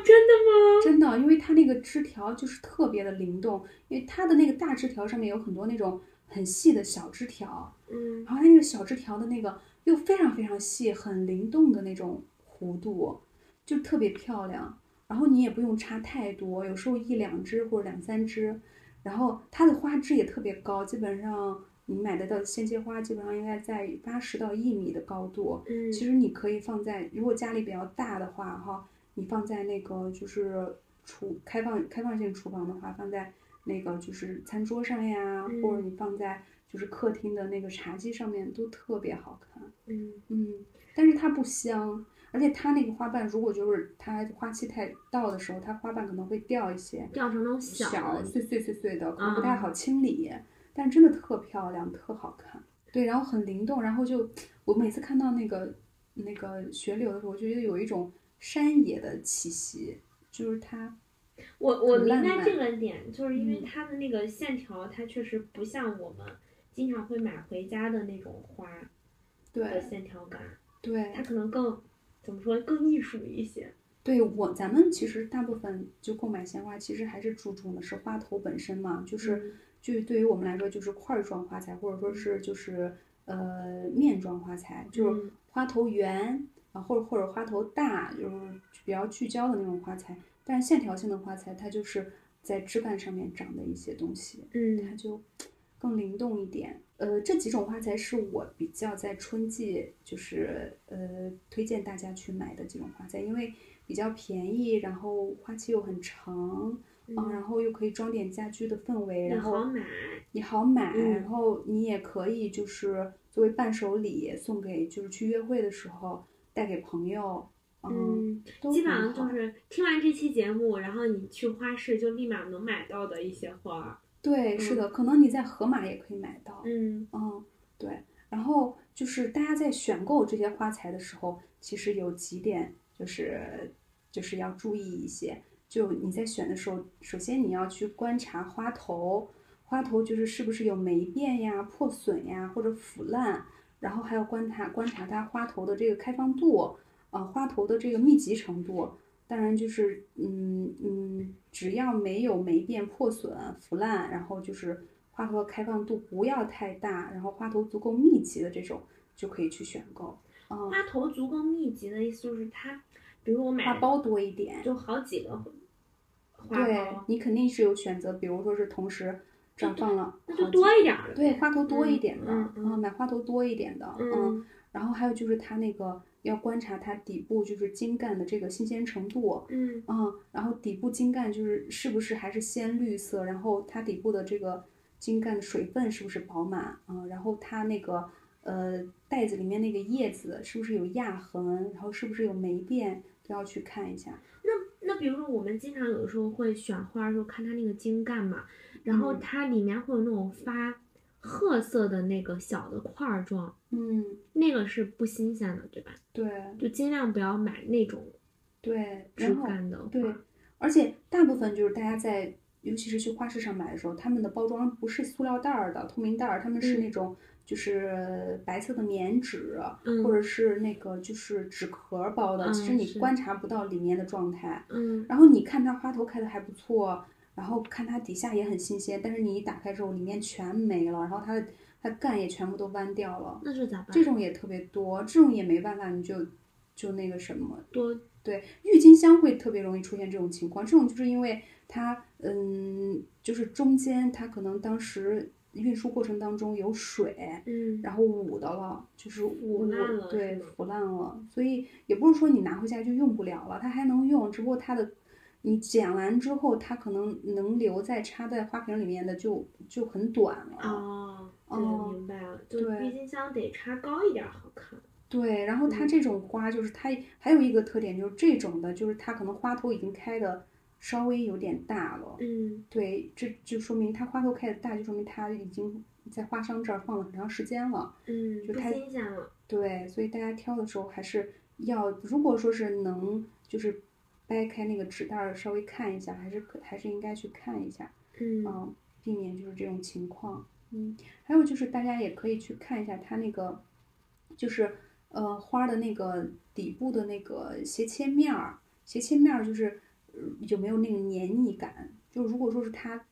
S2: 真的吗？
S1: 真的，因为它那个枝条就是特别的灵动，因为它的那个大枝条上面有很多那种很细的小枝条，
S2: 嗯，
S1: 然后它那个小枝条的那个又非常非常细，很灵动的那种弧度，就特别漂亮。然后你也不用插太多，有时候一两支或者两三支。然后它的花枝也特别高，基本上你买得到的鲜切花基本上应该在八十到一米的高度。
S2: 嗯
S1: 其实你可以放在，如果家里比较大的话，哈，你放在那个就是厨开放开放性厨房的话，放在那个就是餐桌上呀，
S2: 嗯
S1: 或者你放在就是客厅的那个茶几上面，都特别好看。
S2: 嗯
S1: 嗯，但是它不香，而且它那个花瓣如果就是它花期太到的时候，它花瓣可能会掉一些，
S2: 掉成那种小
S1: 小
S2: 的
S1: 碎碎碎碎的，可能不太
S2: 啊
S1: 好清理，但真的特漂亮，特好看。对，然后很灵动，然后就我每次看到那个那个雪柳的时候，我就觉得有一种山野的气息，就是它，
S2: 我我
S1: 很
S2: 明
S1: 烂
S2: 白
S1: 漫
S2: 这个点，就是因为
S1: 嗯
S2: 它的那个线条，它确实不像我们经常会买回家的那种花的
S1: 对
S2: 线条感，
S1: 对
S2: 它可能更怎么说更艺术一些。
S1: 对，我咱们其实大部分就购买鲜花，其实还是注重的是花头本身嘛，就是。就是对于我们来说，就是块儿状花材，或者说是就是呃面状花材，就是
S2: 嗯
S1: 花头圆啊，或者或者花头大，就是比较聚焦的那种花材。但是线条性的花材，它就是在枝干上面长的一些东西，它
S2: 嗯
S1: 就更灵动一点。呃，这几种花材是我比较在春季就是呃推荐大家去买的几种花材，因为比较便宜，然后花期又很长，
S2: 嗯
S1: 啊，然后又可以装点家居的氛围，
S2: 也
S1: 然后
S2: 好买，
S1: 你好买，
S2: 嗯
S1: 然后你也可以就是作为伴手礼送给，就是去约会的时候带给朋友，嗯，
S2: 嗯，
S1: 都
S2: 基本
S1: 很
S2: 上就
S1: 好
S2: 是听完这期节目，然后你去花市就立马能买到的一些花儿。
S1: 对，是的，可能你在盒马也可以买到，
S2: 嗯
S1: 嗯，对。然后就是大家在选购这些花材的时候，其实有几点就是就是要注意一些。就你在选的时候，首先你要去观察花头，花头就是是不是有霉变呀、破损呀或者腐烂，然后还要观察观察它花头的这个开放度，呃，花头的这个密集程度。当然就是，嗯嗯，只要没有霉变、破损、腐烂，然后就是花头的开放度不要太大，然后花头足够密集的这种就可以去选购，嗯，
S2: 花头足够密集的意思就是它，比如我买
S1: 花
S2: 了
S1: 苞多一点，
S2: 就好几个花
S1: 对
S2: 苞，
S1: 你肯定是有选择，比如说是同时绽放了
S2: 那
S1: 好
S2: 就
S1: 几
S2: 多一点儿呗。
S1: 对花头多一
S2: 嗯
S1: 点的，
S2: 嗯嗯
S1: 啊，买花头多一点的，
S2: 嗯
S1: 然后还有就是它那个要观察它底部就是茎干的这个新鲜程度，
S2: 嗯
S1: 嗯，然后底部茎干就是是不是还是鲜绿色，然后它底部的这个茎干的水分是不是饱满啊、嗯然后它那个呃袋子里面那个叶子是不是有压痕，然后是不是有霉变，都要去看一下。
S2: 那比如说，我们经常有的时候会选花的时候看它那个茎干嘛，然后
S1: 嗯
S2: 它里面会有那种发褐色的那个小的块儿状，
S1: 嗯，
S2: 那个是不新鲜的，对吧？
S1: 对
S2: 就尽量不要买那种
S1: 对，
S2: 枝
S1: 然后
S2: 干的花。
S1: 对，而且大部分就是大家在，尤其是去花市上买的时候，他们的包装不是塑料袋儿的、透明袋儿，他们是
S2: 嗯
S1: 那种就是白色的棉纸，
S2: 嗯
S1: 或者是那个就是纸壳儿包的，其实
S2: 嗯
S1: 你
S2: 是
S1: 观察不到里面的状态。
S2: 嗯
S1: 然后你看它花头开的还不错，然后看它底下也很新鲜，但是你一打开之后，里面全没了，然后它的它干也全部都弯掉了，
S2: 那是咋办？
S1: 这种也特别多，这种也没办法，你就就那个什么，
S2: 多
S1: 对，郁金香会特别容易出现这种情况，这种就是因为它，嗯，就是中间它可能当时
S2: 运输过程当中有水，
S4: 嗯，
S2: 然后捂到了，就是捂
S4: 腐烂了
S2: 对，
S4: 是吗
S2: 腐烂了，所以也不是说你拿回家就用不了了，它还能用，只不过它的你剪完之后，它可能能留在插在花瓶里面的就就很短了。
S4: 哦，对，
S2: 哦
S4: 明白了，就
S2: 对
S4: 郁金香得插高一点儿好看。
S2: 对，然后它
S4: 嗯
S2: 这种花就是它还有一个特点，就是这种的，就是它可能花头已经开的稍微有点大了。
S4: 嗯
S2: 对，这就说明它花头开的大，就说明它已经在花商这儿放了很长时间了。
S4: 嗯，
S2: 就
S4: 不
S2: 它
S4: 新鲜了。
S2: 对，所以大家挑的时候还是要，如果说是能就是掰开那个纸袋儿稍微看一下，还是可还是应该去看一下，
S4: 嗯
S2: 嗯，避免就是这种情况。嗯，还有就是大家也可以去看一下它那个，就是呃花儿的那个底部的那个斜切面儿，斜切面儿就是呃有没有那个黏腻感，就如果说是它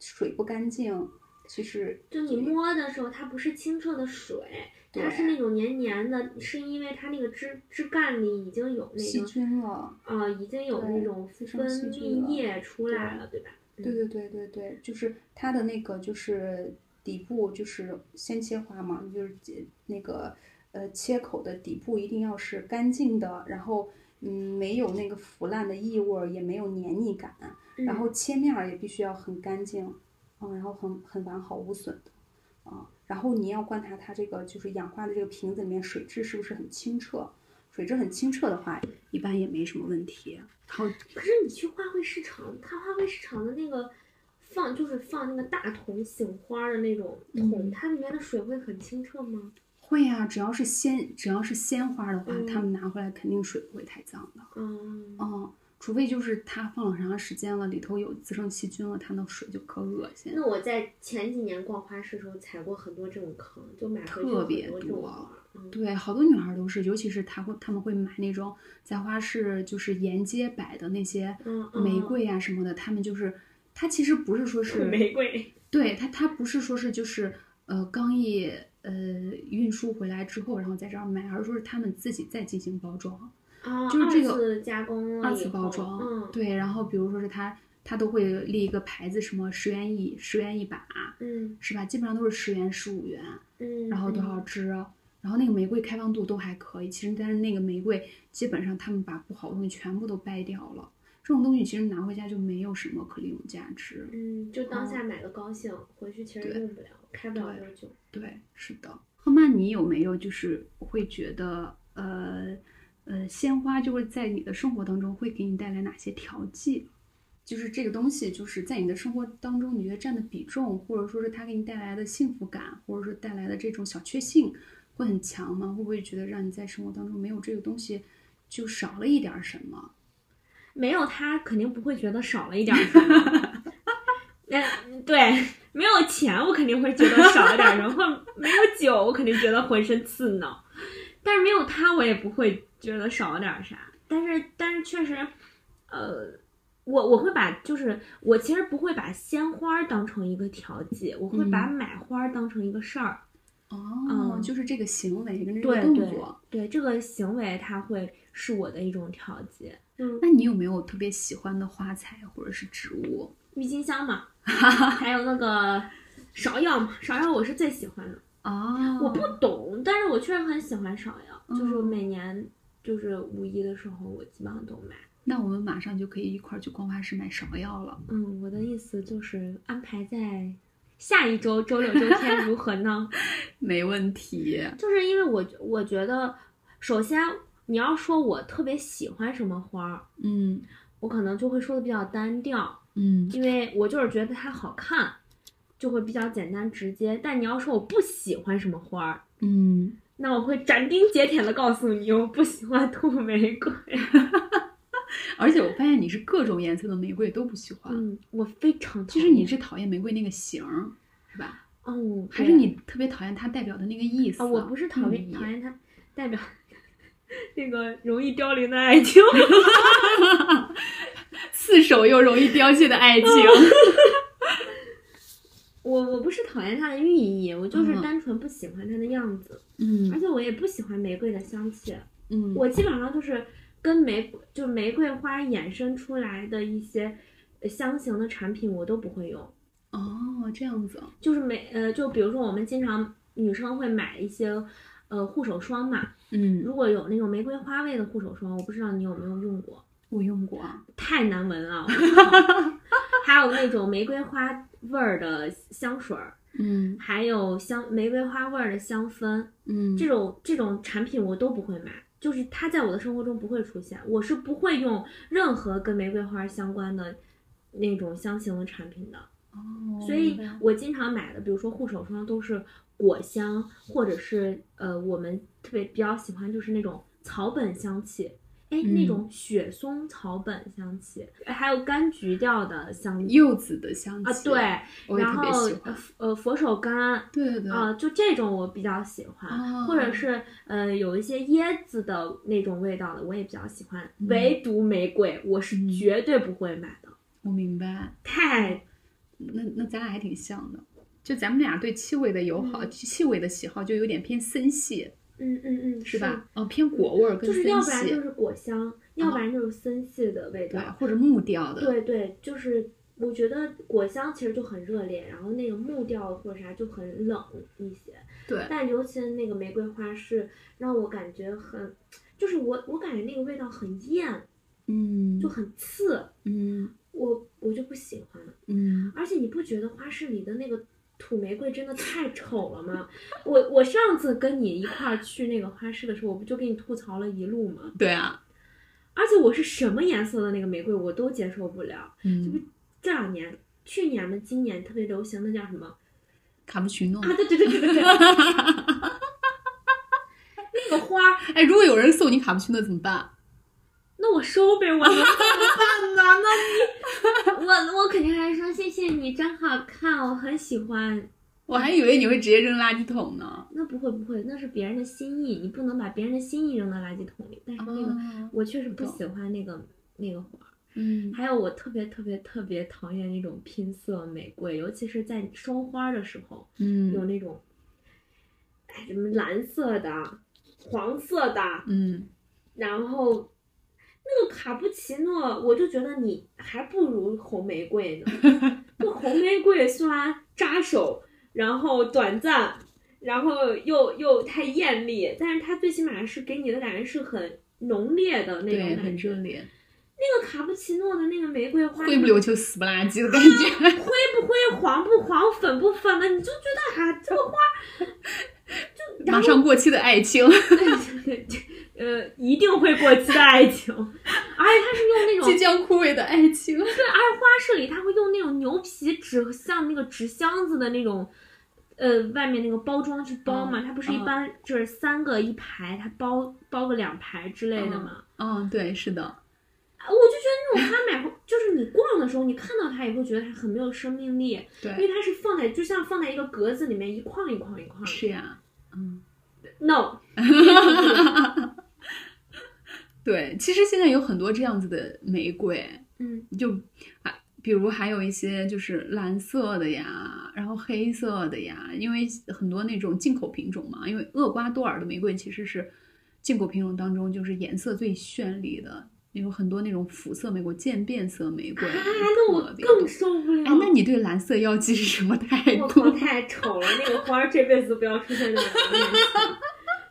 S2: 水不干净，其实
S4: 就你摸的时候，它不是清澈的水，它
S2: 对
S4: 是那种黏黏的，是因为它那个枝枝干里已经有那
S2: 细
S4: 个
S2: 菌了。
S4: 啊、已经有那
S2: 对
S4: 种
S2: 滋
S4: 分
S2: 生细菌
S4: 泌
S2: 了
S4: 液出
S2: 对
S4: 来了，对吧？
S2: 对对对对对，就是它的那个就是底部就是先切花嘛，就是切那个呃切口的底部一定要是干净的，然后嗯没有那个腐烂的异味儿，也没有黏腻感，
S4: 嗯
S2: 然后切面儿也必须要很干净，嗯，然后很很完好无损的，啊，然后你要观察它这个就是养花的这个瓶子里面水质是不是很清澈，水质很清澈的话，一般也没什么问题。然后
S4: 可是你去花卉市场看花卉市场的那个放，就是放那个大桶醒花的那种桶，
S2: 嗯
S4: 它里面的水会很清澈吗？
S1: 会啊，只要是鲜，只要是鲜花的话，
S4: 嗯
S1: 他们拿回来肯定水不会太脏的。
S4: 嗯，
S1: 哦，除非就是它放了很长时间了，里头有滋生细菌了，它那水就可恶心。
S4: 那我在前几年逛花市的时候踩过很多这种坑，就买回去有
S1: 特别
S4: 很多这种
S1: 多
S4: 花儿。嗯
S1: 对，好多女孩都是，尤其是她会，她们会买那种在花市就是沿街摆的那些
S4: 嗯嗯
S1: 玫瑰啊呀、什么的，她们就是，它其实不是说是
S4: 玫瑰，
S1: 对它，它不是说是就是呃刚毅呃运输回来之后，然后在这儿卖，而是说是他们自己再进行包装，
S4: 啊，
S1: 就是这个
S4: 二次加工了
S1: 二
S4: 以
S1: 次包
S4: 后
S1: 装，
S4: 嗯，
S1: 对，然后比如说是它，它都会立一个牌子，什么十元一十元一把，
S4: 嗯
S1: 是吧？基本上都是十元十五元，
S4: 嗯，
S1: 然后多少
S4: 嗯
S1: 支，啊然后那个玫瑰开放度都还可以。其实但是那个玫瑰基本上他们把不好的东西全部都掰掉了，这种东西其实拿回家就没有什么可利用价值。
S4: 嗯，就当下买个高兴，回去其实
S1: 对
S4: 用不了，开不了
S1: 对
S4: 多久。
S1: 对，是的。赫曼，你有没有就是会觉得呃呃，鲜花就会在你的生活当中会给你带来哪些调剂？就是这个东西，就是在你的生活当中，你觉得占的比重，或者说是它给你带来的幸福感，或者说带来的这种小确幸，会很强吗？会不会觉得让你在生活当中没有这个东西，就少了一点儿什么？
S4: 没有他肯定不会觉得少了一点儿什 么。那对，没有钱我肯定会觉得少了点儿什么，没有酒我肯定觉得浑身刺挠，但是没有他我也不会觉得少了点儿啥。但是但是确实，呃，我我会把就是我其实不会把鲜花儿当成一个调剂，我会把
S1: 嗯
S4: 买花儿当成一个事儿。
S1: 哦，
S4: 嗯
S1: 就是这个行为跟这个
S4: 对
S1: 动
S4: 对
S1: 作。
S4: 对，这个行为它会是我的一种调节。嗯，
S1: 那你有没有特别喜欢的花材或者是植物？
S4: 郁金香嘛， 还有那个芍药嘛，芍药我是最喜欢的。
S1: 哦，
S4: 我不懂，但是我确实很喜欢芍药，就是我
S1: 嗯
S4: 每年就是五一的时候，我基本上都买。
S1: 那我们马上就可以一块儿去逛花市买芍药了。
S4: 嗯，我的意思就是安排在下一周周六周天如何呢？
S1: 没问题。
S4: 就是因为我我觉得，首先你要说我特别喜欢什么花儿，
S1: 嗯
S4: 我可能就会说的比较单调，
S1: 嗯
S4: 因为我就是觉得它好看，就会比较简单直接。但你要说我不喜欢什么花儿，
S1: 嗯，
S4: 那我会斩钉截铁的告诉你，我不喜欢土玫瑰。啊
S1: 而且我发现你是各种颜色的玫瑰都不喜欢，
S4: 嗯，我非常
S1: 其实你是讨厌玫瑰那个形儿，是吧？
S4: 哦，
S1: 还
S4: 对
S1: 是你特别讨厌它代表的那个意思？嗯
S4: 啊？我不是讨
S1: 寓
S4: 厌
S1: 意
S4: 讨 厌它代表 那个容易凋零的爱情。
S1: 刺手又容易凋谢的爱情。
S4: 我我不是讨厌它的寓意，我就是
S1: 嗯
S4: 单纯不喜欢它的样子，而
S1: 嗯
S4: 且我也不喜欢玫瑰的香气。
S1: 嗯，
S4: 我基本上就是跟玫就玫瑰花衍生出来的一些呃香型的产品，我都不会用。
S1: 哦，这样子哦，
S4: 就是每呃，就比如说我们经常女生会买一些呃护手霜嘛，
S1: 嗯，
S4: 如果有那种玫瑰花味的护手霜，我不知道你有没有用过，
S1: 我用过啊，
S4: 太难闻了。我靠 还有那种玫瑰花味儿的香水儿，
S1: 嗯
S4: 还有香玫瑰花味儿的香氛，
S1: 嗯，
S4: 这种这种产品我都不会买，就是它在我的生活中不会出现，我是不会用任何跟玫瑰花相关的那种香型的产品的。
S1: 哦，
S4: 所以我经常买的，比如说护手霜都是果香，或者是呃我们特别比较喜欢就是那种草本香气，哎，那
S1: 嗯
S4: 种雪松草本香气，哎还有柑橘调的香气
S1: 柚子的香气
S4: 啊，对，，
S1: 我也
S4: 然
S1: 特
S4: 后
S1: 别喜欢
S4: 呃，呃佛手柑啊、
S1: 对对对，
S4: 就这种我比较喜欢，
S1: 哦
S4: 或者是呃有一些椰子的那种味道的我也比较喜欢，
S1: 嗯
S4: 唯独玫瑰我是
S1: 嗯
S4: 绝对不会买的，
S1: 我明白，
S4: 太
S1: 那那咱俩还挺像的，就咱们俩对气味的友好，
S4: 嗯
S1: 气味的喜好就有点偏森系，
S4: 嗯嗯嗯
S1: 是吧？哦，偏果味儿跟
S4: 就
S1: 森
S4: 是啊
S1: 系，
S4: 要不然就是果香，要不然就是森系的味
S1: 对，
S4: 道。
S1: 或者木调的，
S4: 对对，就是我觉得果香其实就很热烈，然后那个木调或者啥就很冷一些，
S1: 对
S4: 但尤其是那个玫瑰花是让我感觉很，就是我我感觉那个味道很艳，
S1: 嗯，
S4: 就很刺，
S1: 嗯
S4: 我我就不喜欢。
S1: 嗯，
S4: 而且你不觉得花市里的那个土玫瑰真的太丑了吗？我我上次跟你一块儿去那个花市的时候，我不就跟你吐槽了一路吗？
S1: 对啊，
S4: 而且我是什么颜色的那个玫瑰我都接受不了。
S1: 嗯，
S4: 这两年，去年嘛，今年特别流行的叫什么
S1: 卡布奇诺
S4: 啊？。对对对对对对， 那个花儿，
S1: 哎，如果有人送你卡布奇诺怎么办？
S4: 那我收呗，我能怎么办呢？那你， 我我肯定还说谢谢你，真好看，我很喜欢。
S1: 我还以为你会直接扔垃圾桶呢。
S4: 那不会不会，那是别人的心意，你不能把别人的心意扔到垃圾桶里。但是那个，
S1: 哦
S4: 我确实不
S1: 懂
S4: 喜欢那个那个花儿。
S1: 嗯
S4: 还有我特别特别特别讨厌那种拼色玫瑰，尤其是在收花的时候，有
S1: 嗯
S4: 那种，哎，什么蓝色的、黄色的，
S1: 嗯，
S4: 然后那个卡布奇诺，我就觉得你还不如红玫瑰呢。 那红玫瑰虽然扎手，然后短暂，然后又又太艳丽，但是它最起码是给你的感觉是很浓烈的那种
S1: 对，
S4: 感觉。
S1: 很热烈，
S4: 那个卡布奇诺的那个玫瑰花，
S1: 灰不溜秋、死不拉几的感
S4: 啊
S1: 觉，
S4: 灰不灰、黄不黄、粉不粉的，你就觉得啊，这个花然后
S1: 马上过期的爱情，
S4: 呃一定会过期的爱 情，而且它是用那种
S1: 即将枯萎的爱 情。
S4: 对，而且花市里它会用那种牛皮纸，像那个纸箱子的那种，呃，外面那个包装去包嘛。它不是一
S1: 嗯
S4: 般就是三个一排，它包包个两排之类的嘛。
S1: 嗯，对，是的，嗯
S4: 啊我就觉得那种花买回，就是你逛的时候，你看到它也会觉得它很没有生命力，因为
S1: 对，
S4: 它是放在就像放在一个格子里面一框一框一框。
S1: 是呀，嗯。
S4: No，
S1: 对，其实现在有很多这样子的玫瑰，
S4: 嗯，
S1: 就啊，比如还有一些就是蓝色的呀，然后黑色的呀，因为很多那种进口品种嘛，因为厄瓜多尔的玫瑰其实是进口品种当中就是颜色最绚丽的，有很多那种腐色玫瑰、渐变色玫瑰，
S4: 啊，那我
S1: 特别多
S4: 更受不了。
S1: 哎，那你对蓝色妖姬是什么态
S4: 哎我
S1: 度？
S4: 靠，太丑了！那个花儿这辈子都不要出现在我的面前。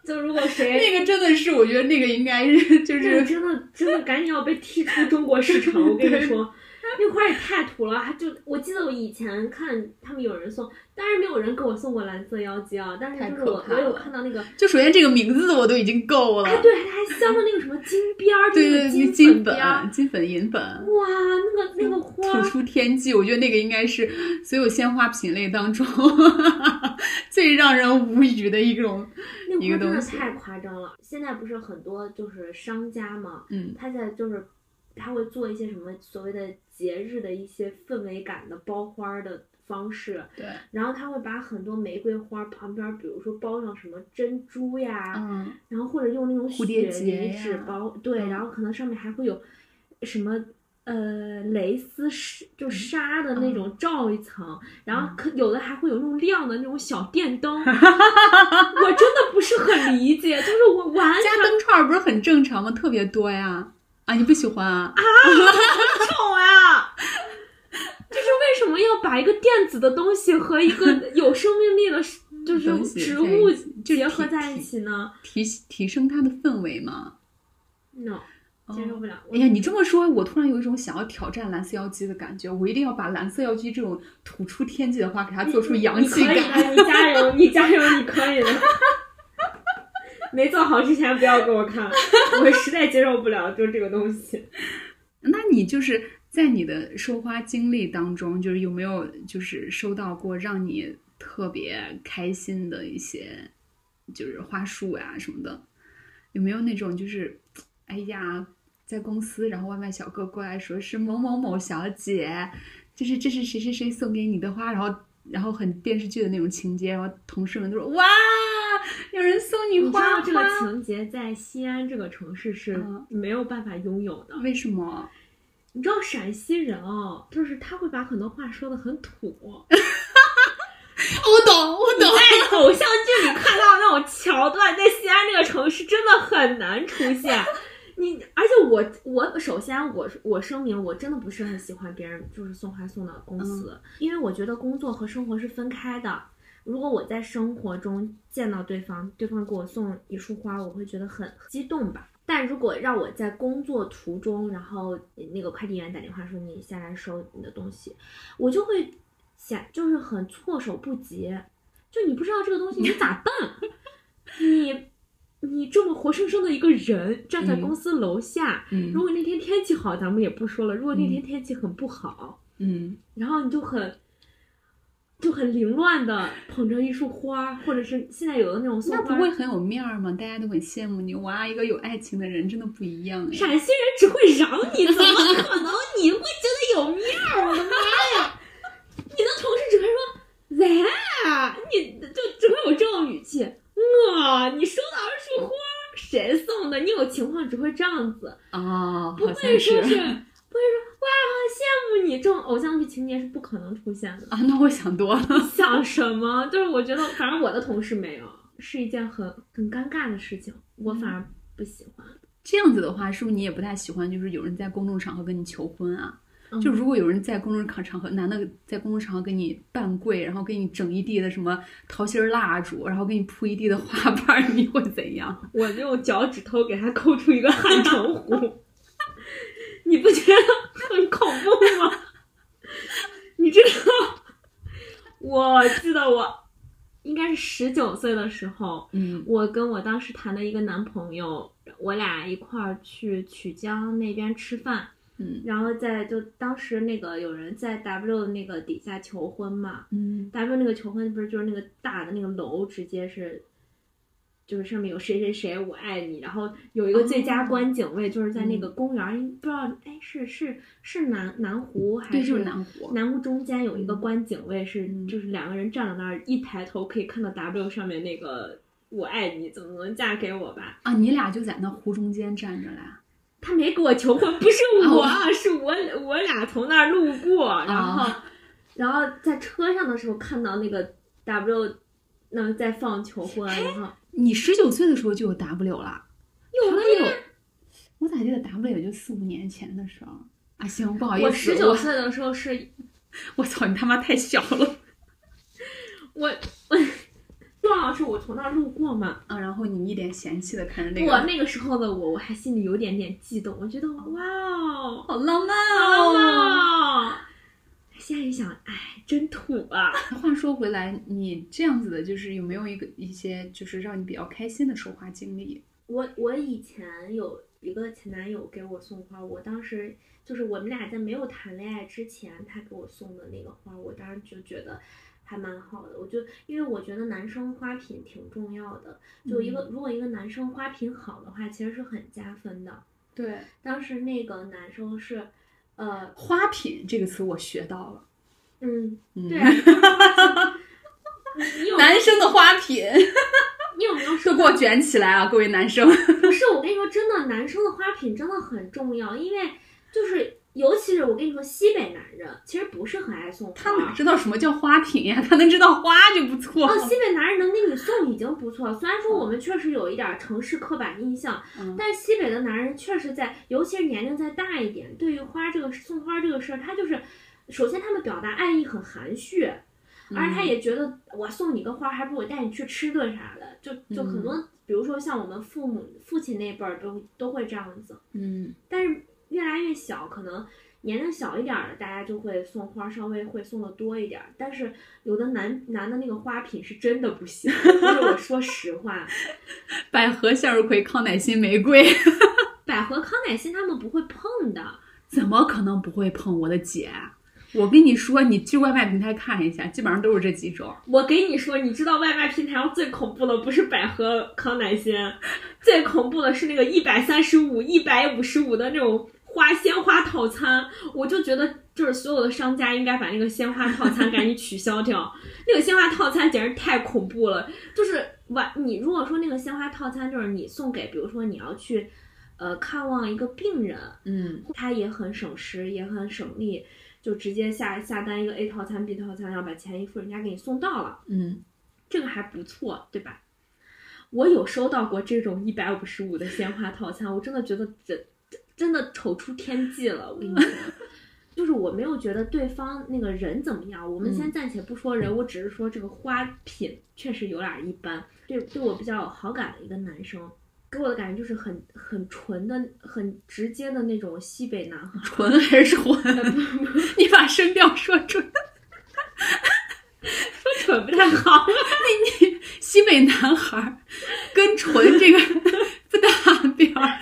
S4: 就如果谁
S1: 那个真的是，我觉得那个应该是就
S4: 这
S1: 是
S4: 个真的真的赶紧要被踢出中国市 场，我跟你说，那花也太土了。还就我记得我以前看他们有人送，当然没有人给我送过蓝色妖姬啊，但是就是我
S1: 太可怕
S4: 我
S1: 了
S4: 有看到那个，
S1: 就首先这个名字我都已经够了
S4: 哎，，对，它还镶了那个什么金边儿，
S1: 对
S4: 那
S1: 对对，
S4: 个金
S1: 金
S4: 边儿，
S1: 粉、啊金粉、银粉。
S4: 哇，那个那个花
S1: 吐。出天际，我觉得那个应该是所有鲜花品类当中 最让人无语的一种。
S4: 那
S1: 一
S4: 花
S1: 个
S4: 真
S1: 东
S4: 的
S1: 西
S4: 太夸张了。现在不是很多就是商家嘛，
S1: 嗯，
S4: 他在就是他会做一些什么所谓的节日的一些氛围感的包花儿的方式，
S1: 对，
S4: 然后他会把很多玫瑰花旁边儿，比如说包上什么珍珠呀，
S1: 嗯，
S4: 然后或者用那种
S1: 蝴蝶
S4: 雪
S1: 结
S4: 梨
S1: 呀
S4: 纸包，对，
S1: 嗯
S4: 然后可能上面还会有什么呃蕾丝纱，
S1: 嗯
S4: 就纱的那种罩一层，然后可有的还会有那种亮的那种小 电灯，我真的不是很理解，就是我完全
S1: 加灯串儿不是很正常吗？特别多呀。
S4: 啊
S1: 啊，你不喜欢啊？
S4: 丑啊！就是为什么要要把一个电子的东西和一 个有生命力的，就是
S1: 东西
S4: 植
S1: 在一
S4: 物
S1: 起就
S4: 结合
S1: 提
S4: 在一
S1: 提
S4: 起呢
S1: 提提升它的氛围嘛。
S4: ？No，接受不了。我
S1: 哎呀，你这么说，我突然有一种想要挑战蓝色妖姬的感觉。我一定要把蓝色妖姬这种吐出天际的花，给它做出阳气
S4: 你可
S1: 感。
S4: 以的，你加油，你加油，你可以的。 没做好之前不要给我 看，我实在接受不了，就这个东西。
S1: 那你就是在你的收花经历当中，就是有没有就是收到过让你特别开心的一些，就是花束呀、什么的？有没有那种就是，哎呀，在公司，然后外卖小哥过来说是某某某小姐，就是这是谁谁谁送给你的花，然后然后很电视剧的那种情节，然后同事们都说哇，有人送你
S4: 你知
S1: 花
S4: 道这个
S1: 花，
S4: 情节在西安这个城市是
S1: 嗯
S4: 没有办法拥有的。
S1: 为什么？
S4: 你知道陕西人哦，就是他会把很多话说的很土。
S1: 我懂，我懂。
S4: 在偶像剧里看到那种桥段，在西安这个城市真的很难出现。你而且我我首先我我声明，我真的不是很喜欢别人就是送花送到公司，因为我觉得工作和生活是分开的。如果我在生活中见到对方，对方给我送一束花，我会觉得很激动吧。但如果让我在工作途中，然后那个快递员打电话说你下来收你的东西，我就会想就是很措手不及，就你不知道这个东西你咋办，你你这么活生生的一个人站在
S1: 嗯
S4: 公司楼下，
S1: 嗯
S4: 如果那天天气好，咱们也不说了，如果那
S1: 嗯
S4: 天天气很不好，
S1: 嗯，
S4: 然后你就很。就很凌乱的捧着一束花，或者是现在有的那种送
S1: 那
S4: 花，
S1: 不会很有面儿吗？大家都很羡慕你。哇，一个有爱情的人真的不一样哎。
S4: 陕西人只会嚷你，怎么可能你会觉得有面儿？我的妈呀！你的同事只会说喂，你就只会有这种语气。我，你收到二束花，谁送的？你有情况只会这样子，
S1: 哦，
S4: 不
S1: 好
S4: 会
S1: 像
S4: 说是，不会说
S1: 是
S4: 哇，好羡慕你这种偶像剧情节是不可能出现的。
S1: 啊，那我想多了。
S4: 你想什么？就是我觉得，反正我的同事没有，是一件很很尴尬的事情，我反而不喜欢。
S1: 这样子的话，是不是你也不太喜欢？就是有人在公众场合跟你求婚啊？
S4: 嗯
S1: 就如果有人在公众场场合，男的在公众场合给你扮跪，然后给你整一地的什么桃心儿蜡烛，然后给你铺一地的花瓣儿， 你会怎样？
S4: 我用脚趾头给它抠出一个汗城湖，你不觉得很恐怖吗？你知道，我记得我应该是十九岁的时候，
S1: 嗯
S4: 我跟我当时谈的一个男朋友，我俩一块儿去曲江那边吃饭，
S1: 嗯
S4: 然后在就当时那个有人在 W 那个底下求婚嘛，
S1: 嗯
S4: W 那个求婚不是就是那个大的那个楼，直接是，就是上面有谁谁谁我爱你，然后有一个最
S1: 哦
S4: 佳观景位，就是在那
S1: 嗯
S4: 个公园儿，不知道哎是是是南南湖还
S1: 对，
S4: 是
S1: 就是南湖。
S4: 南湖中间有一个观景位是，
S1: 嗯
S4: 就是两个人站在那儿，一抬头可以看到 W 上面那个我爱你，怎么能嫁给我吧？
S1: 啊，你俩就在那湖中间站着啦。
S4: 他没给我求婚，不是我， 是我我俩从那儿路过，然后、然后在车上的时候看到那个 W，那在放求婚，然后
S1: 你十九岁的时候就有 W 啊啦？
S4: 有
S1: 他
S4: 了
S1: 有，我咋记得 W 也就四五年前的时候啊？行，不好意思，
S4: 哦我
S1: 我
S4: 十九，岁的时候是
S1: 我操，你他妈太小了
S4: 我我。重要是我从那儿路过嘛，
S1: 啊！然后你一脸嫌弃的看着那
S4: 我
S1: 个，
S4: 那个时候的我，我还心里有点点悸动，我觉得哇哦，
S1: 好浪漫哦。
S4: 哦，现在一想，哎，真土啊！
S1: 话说回来，你这样子的，就是有没有一个一些就是让你比较开心的收花经历？
S4: 我我以前有一个前男友给我送花，我当时就是我们俩在没有谈恋爱之前，他给我送的那个花，我当时就觉得还蛮好的。我就因为我觉得男生花品挺重要的，就一个、如果一个男生花品好的话，其实是很加分的。
S1: 对，
S4: 当时那个男生是，呃，
S1: 花品这个词我学到了。
S4: 嗯，
S1: 嗯
S4: 对、啊，你有
S1: 男生的花品
S4: 你有没有
S1: 都
S4: 收
S1: 给
S4: 过？
S1: 我卷起来啊，各位男生！
S4: 不是，我跟你说，真的，男生的花品真的很重要，因为就是，尤其是我跟你说，西北男人其实不是很爱送花。
S1: 他哪知道什么叫花品呀？他能知道花就不错
S4: 哦，
S1: 了。
S4: 西北男人能给你送已经不错了。虽然说我们确实有一点儿城市刻板印象，
S1: 嗯
S4: 但是西北的男人确实在，尤其是年龄再大一点，对于花这个送花这个事儿，他就是首先他们表达爱意很含蓄，而
S1: 嗯
S4: 他也觉得我送你个花，还不如我带你去吃顿啥的，就就
S1: 嗯
S4: 很多，比如说像我们父母父亲那辈儿都都会这样子，
S1: 嗯
S4: 但是越来越小，可能年龄小一点儿的，大家就会送花，稍微会送的多一点儿。但是有的男男的那个花品是真的不行， 就是我说实话，
S1: 百合、向日葵、康乃馨、玫瑰，
S4: 百合、康乃馨他们不会碰的。
S1: 怎么可能不会碰？我的姐，我跟你说，你去外卖平台看一下，基本上都是这几种。
S4: 我给你说，你知道外卖平台上最恐怖的不是百合、康乃馨，最恐怖的是那个一百三十五、一百五十五的那种花鲜花套餐。我就觉得，就是所有的商家应该把那个鲜花套餐赶紧取消掉。 那个鲜花套餐简直太恐怖了，就是晚你如果说那个鲜花套餐就是你送给，比如说你要去，呃，看望一个病人，
S1: 嗯，
S4: 它也很省时，也很省力，就直接下下单一个 A 套餐、B 套餐，然后把钱一付，人家给你送到了，
S1: 嗯，
S4: 这个还不错，对吧？我有收到过这种一百五十五的鲜花套餐，我真的觉得真真真的丑出天际了，我跟你说。就是我没有觉得对方那个人怎么样，我们先暂且不说人，我只是说这个花品确实有点一般。对对我比较有好感的一个男生，给我的感觉就是很很纯的、很直接的那种西北男孩。
S1: 纯还是混？ 你把声调说准。
S4: 蠢不太好。
S1: 西北男孩儿跟纯这个 不搭边儿，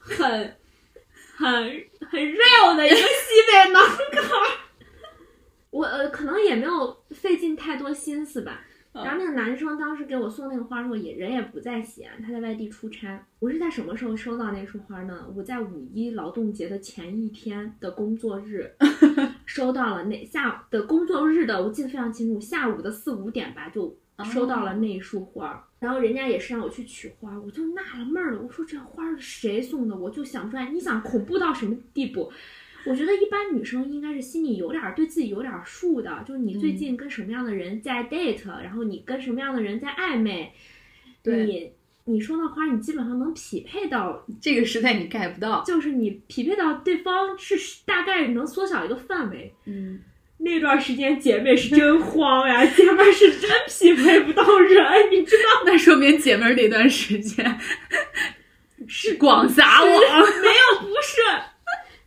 S4: 很很很 real 的一个西北男孩。我呃可能也没有费尽太多心思吧。
S1: 嗯
S4: 然后那个男生当时给我送那个花的时候，也人也不在西安，他在外地出差。我是在什么时候收到那束花呢？我在五一劳动节的前一天的工作日收到了那下午的工作日的，我记得非常清楚，下午的四五点吧就收到了那一束花儿。然后人家也是让我去取花儿，我就纳了闷儿了，我说这花儿是谁送的？我就想出来，你想恐怖到什么地步？我觉得一般女生应该是心里有点儿对自己有点儿数的，就是你最近跟什么样的人在 date，、然后你跟什么样的人在暧昧，
S1: 对
S4: 你你收到花儿，你基本上能匹配到，
S1: 这个实在你 get 不到。
S4: 就是你匹配到对方是大概能缩小一个范围。
S1: 嗯，
S4: 那段时间姐妹是真 慌呀，姐妹是真匹配不到人，你知道。
S1: 那说明姐妹儿这段时间 是广撒网。
S4: 没有，不是，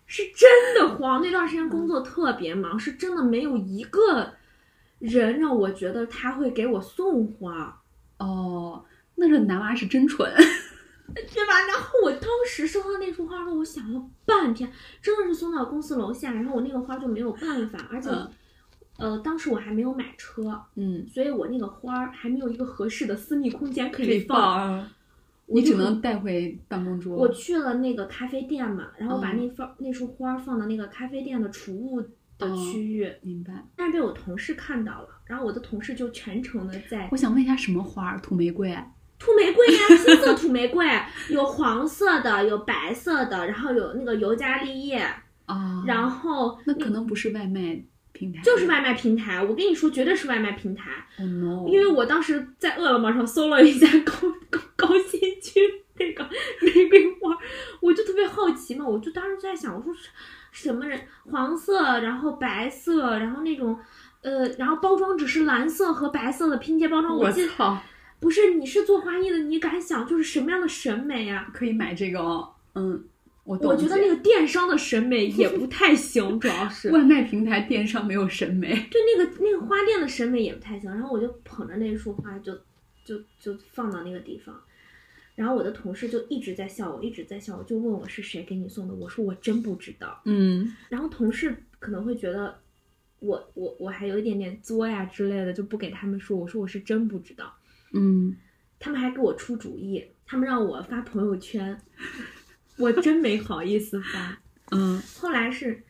S4: 是真的慌。那段时间工作特别忙，是真的没有一个人让我觉得他会给我送花，
S1: 哦，那这男娃是真蠢。
S4: 对吧？然后我当时收到那束花的时候，我想了半天，真的是送到公司楼下，然后我那个花就没有办法，而且。
S1: 嗯
S4: 呃，当时我还没有买车，
S1: 嗯，
S4: 所以我那个花儿还没有一个合适的私密空间可
S1: 可
S4: 以
S1: 以放啊，
S4: 我
S1: 你
S4: 就
S1: 只
S4: 很
S1: 能带回办公桌。
S4: 我去了那个咖啡店嘛，然后把
S1: 嗯
S4: 那放、那束花放到那个咖啡店的储物的
S1: 哦
S4: 区域，
S1: 明白。
S4: 但是被我同事看到了，然后我的同事就全程的在
S1: 我想问一下，什么花儿？土玫瑰？
S4: 土玫瑰呀、拼色土玫瑰， 有黄色的，有白色的，然后有那个尤加利叶，
S1: 啊，
S4: 然后
S1: 那可能不是外卖平台，
S4: 就是外卖平台，我跟你说，绝对是外卖平台，
S1: 哦 no，
S4: 因为我当时在饿了么上搜了一下高高高新区那个玫瑰花，我就特别好奇嘛，我就当时就在想，我说是什么人，黄色，然后白色，然后那种。呃，然后包装只是蓝色和白色的拼接包装，
S1: 我
S4: 记得
S1: 操，
S4: 不是，你是做花艺的，你敢想就是什么样的审美呀、
S1: 可以买这个哦。嗯，我懂
S4: 我觉得
S1: 姐
S4: 那个电商的审美也不太行， 主要是
S1: 外卖平台电商没有审美。
S4: 对那个那个花店的审美也不太行。然后我就捧着那束花就就就放到那个地方，然后我的同事就一直在笑我，一直在笑我，就问我是谁给你送的，我说我真不知道。
S1: 嗯，
S4: 然后同事可能会觉得我我我还有一点点作呀之类的，就不给他们说，我说我是真不知道。
S1: 嗯，
S4: 他们还给我出主意，他们让我发朋友圈， 我真没好意思发。
S1: 嗯，
S4: 后来是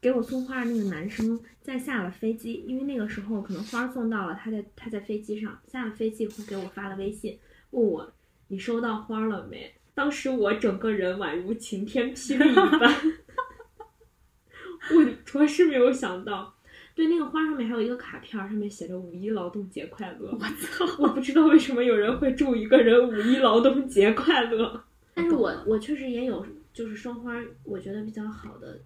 S4: 给我送花的那个男生在下了飞机，因为那个时候可能花送到了，他在他在飞机上下了飞机以后给我发了微信，问我你收到花了没？当时我整个人宛如晴天霹雳一般， 我着实没有想到。对，那个花上面还有一个卡片儿，上面写着“五一劳动节快乐”。我操！我不知道为什么有人会祝一个人五一劳动节快乐。但是我我确实也有就是收花，我觉得比较好的，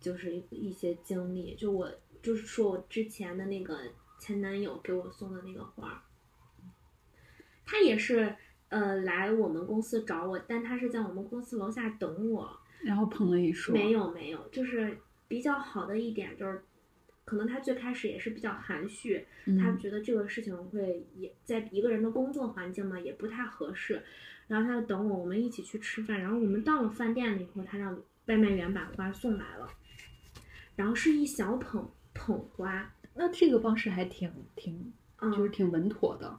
S4: 就是一些经历，就我就是说我之前的那个前男友给我送的那个花儿，他也是呃来我们公司找我，但他是在我们公司楼下等我，
S1: 然后捧了一束，
S4: 没有没有，就是比较好的一点就是，可能他最开始也是比较含蓄，
S1: 嗯，
S4: 他觉得这个事情会也在一个人的工作环境嘛也不太合适，然后他就等我，我们一起去吃饭，然后我们到了饭店了以后，他让外卖员把花送来了，然后是一小捧捧花，
S1: 那这个方式还挺挺，就是
S4: 嗯，
S1: 挺稳妥的，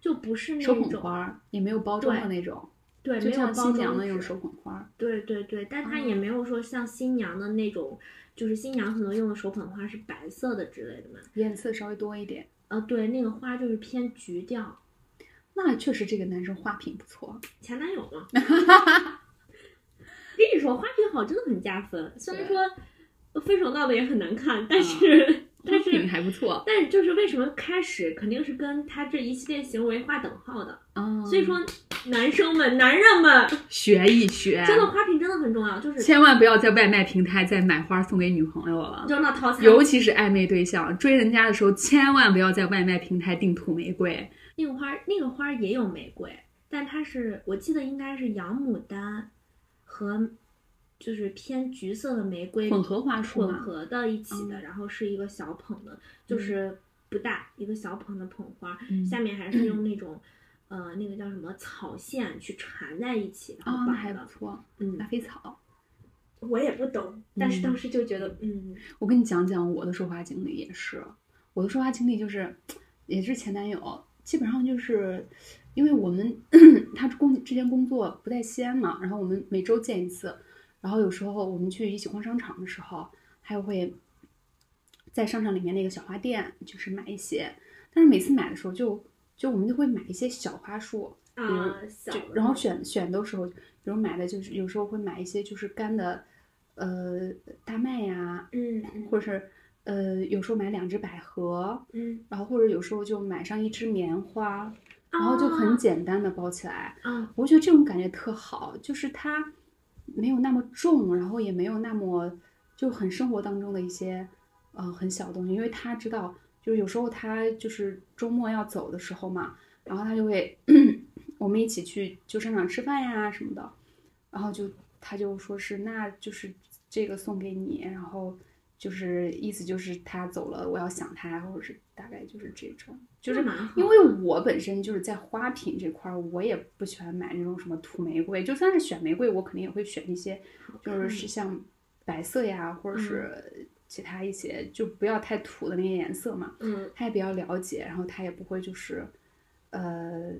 S4: 就不是那
S1: 手捧
S4: 种
S1: 花儿也没有包装的那种，
S4: 对
S1: 就
S4: 没有
S1: 像
S4: 包
S1: 新娘
S4: 装
S1: 的那种
S4: 纸
S1: 手捧花儿。
S4: 对对对，但它也没有说像新娘的那种，就是新娘可能用的手捧花是白色的之类的嘛。
S1: 颜色稍微多一点。
S4: 呃，对，那个花就是偏橘调，
S1: 那确实，这个男生花品不错。
S4: 前男友 嘛。跟你说，花瓶好真的很加分，虽然说分手闹得也很难看，但是、但
S1: 花品
S4: 是
S1: 还不错
S4: 但是就是为什么开始肯定是跟他这一系列行为划等号的，
S1: 啊
S4: 所以说男生们、男人们，
S1: 学一学，
S4: 真的花瓶真的很重要，就是
S1: 千万不要在外卖平台再买花送给女朋友了，
S4: 扔到套餐。
S1: 尤其是暧昧对象追人家的时候，千万不要在外卖平台订土玫瑰。
S4: 那个花，那个花也有玫瑰，但它是我记得应该是洋牡丹和就是偏橘色的玫瑰
S1: 混合花束
S4: 混
S1: 嘛，
S4: 合到一起的，
S1: 嗯
S4: 然后是一个小捧的，就是不大一个小捧的捧花，
S1: 嗯
S4: 下面还是用那种。呃，那个叫什么草线去缠在一起，然
S1: 啊，
S4: 后
S1: 那
S4: 绑
S1: 还
S4: 的。
S1: 不错，
S4: 嗯
S1: 拉，菲草。
S4: 我也不懂，但是
S1: 嗯
S4: 当时就觉得，嗯，
S1: 我跟你讲讲我的收花经历也是，我的收花经历就是，也是前男友，基本上就是，因为我们 他工之前工作不在西安嘛，然后我们每周见一次，然后有时候我们去一起逛商场的时候，还会在商场里面那个小花店就是买一些，但是每次买的时候就就我们就会买一些小花束，
S4: 啊，
S1: 嗯
S4: 小
S1: 就
S4: 的
S1: 然后
S4: 那
S1: 选选的时候，比如买的就是有时候会买一些就是干的，呃，大麦呀、
S4: 嗯嗯
S1: 或者是呃，有时候买两只百合，
S4: 嗯，
S1: 然后或者有时候就买上一支棉花，然后就
S4: 啊
S1: 很简单的包起来。
S4: 啊，
S1: 我觉得这种感觉特好，就是它没有那么重，然后也没有那么就很生活当中的一些呃很小的东西，因为他知道，就是有时候他就是周末要走的时候嘛，然后他就会 我们一起去就商场吃饭呀什么的，然后就他就说是那就是这个送给你，然后。就是意思就是他走了，我要想他，或者是大概就是这种，就是
S4: 那蛮好
S1: 因为我本身就是在花品这块儿，我也不喜欢买那种什么土玫瑰，就算是选玫瑰，我肯定也会选一些，就是是像白色呀，或者是其他一些，就不要太土的那些颜色嘛。
S4: 嗯
S1: 他也比较了解，然后他也不会就是，呃，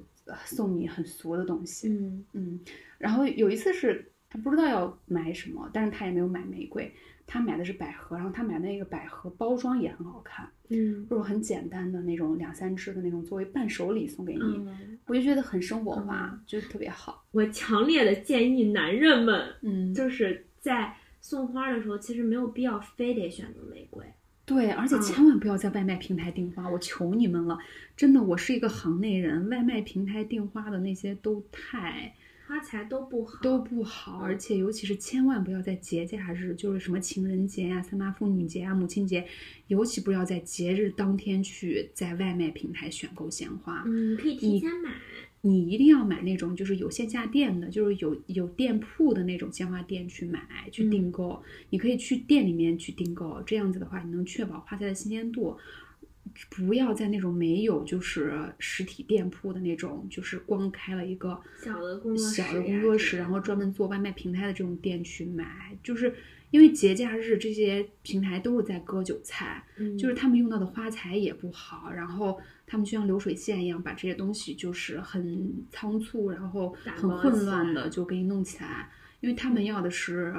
S1: 送你很俗的东西。
S4: 嗯
S1: 嗯，然后有一次是他不知道要买什么，但是他也没有买玫瑰，他买的是百合，然后他买那个百合包装也很好看。
S4: 嗯
S1: 就是很简单的那种两三支的那种作为伴手礼送给你，
S4: 嗯，
S1: 我就觉得很生活化，就特别好。
S4: 我强烈的建议男人们，哎
S1: 嗯，
S4: 就是在送花的时候，其实没有必要非得选择玫瑰。
S1: 对，而且
S4: 嗯
S1: 千万不要在外卖平台订花，我求你们了，真的，我是一个行内人，外卖平台订花的那些都太
S4: 花材都 不好，
S1: 都不好，而且尤其是千万不要在节假日，就是什么情人节呀、三八妇女节啊呀、母亲节，尤其不要在节日当天去在外卖平台选购鲜花。
S4: 嗯，可以提前买。
S1: 你一定要买那种就是有线下店的，就是有有店铺的那种鲜花店去买去订购。你可以去店里面去订购，这样子的话，你能确保花材的新鲜度。不要在那种没有就是实体店铺的那种，就是光开了一个
S4: 小的工作室
S1: 小的
S4: 嗯呀
S1: 工作
S4: 之
S1: 室，啊
S4: 类的
S1: 然后专门做外卖平台的这种店去买，就是因为节假日这些平台都是在割韭菜，
S4: 嗯，
S1: 就是他们用到的花材也不好，然后他们就像流水线一样把这些东西就是很仓促，然后
S4: 打
S1: 很
S4: 包
S1: 混
S4: 起
S1: 乱
S4: 来嗯
S1: 的就给你弄起来，因为他们要的是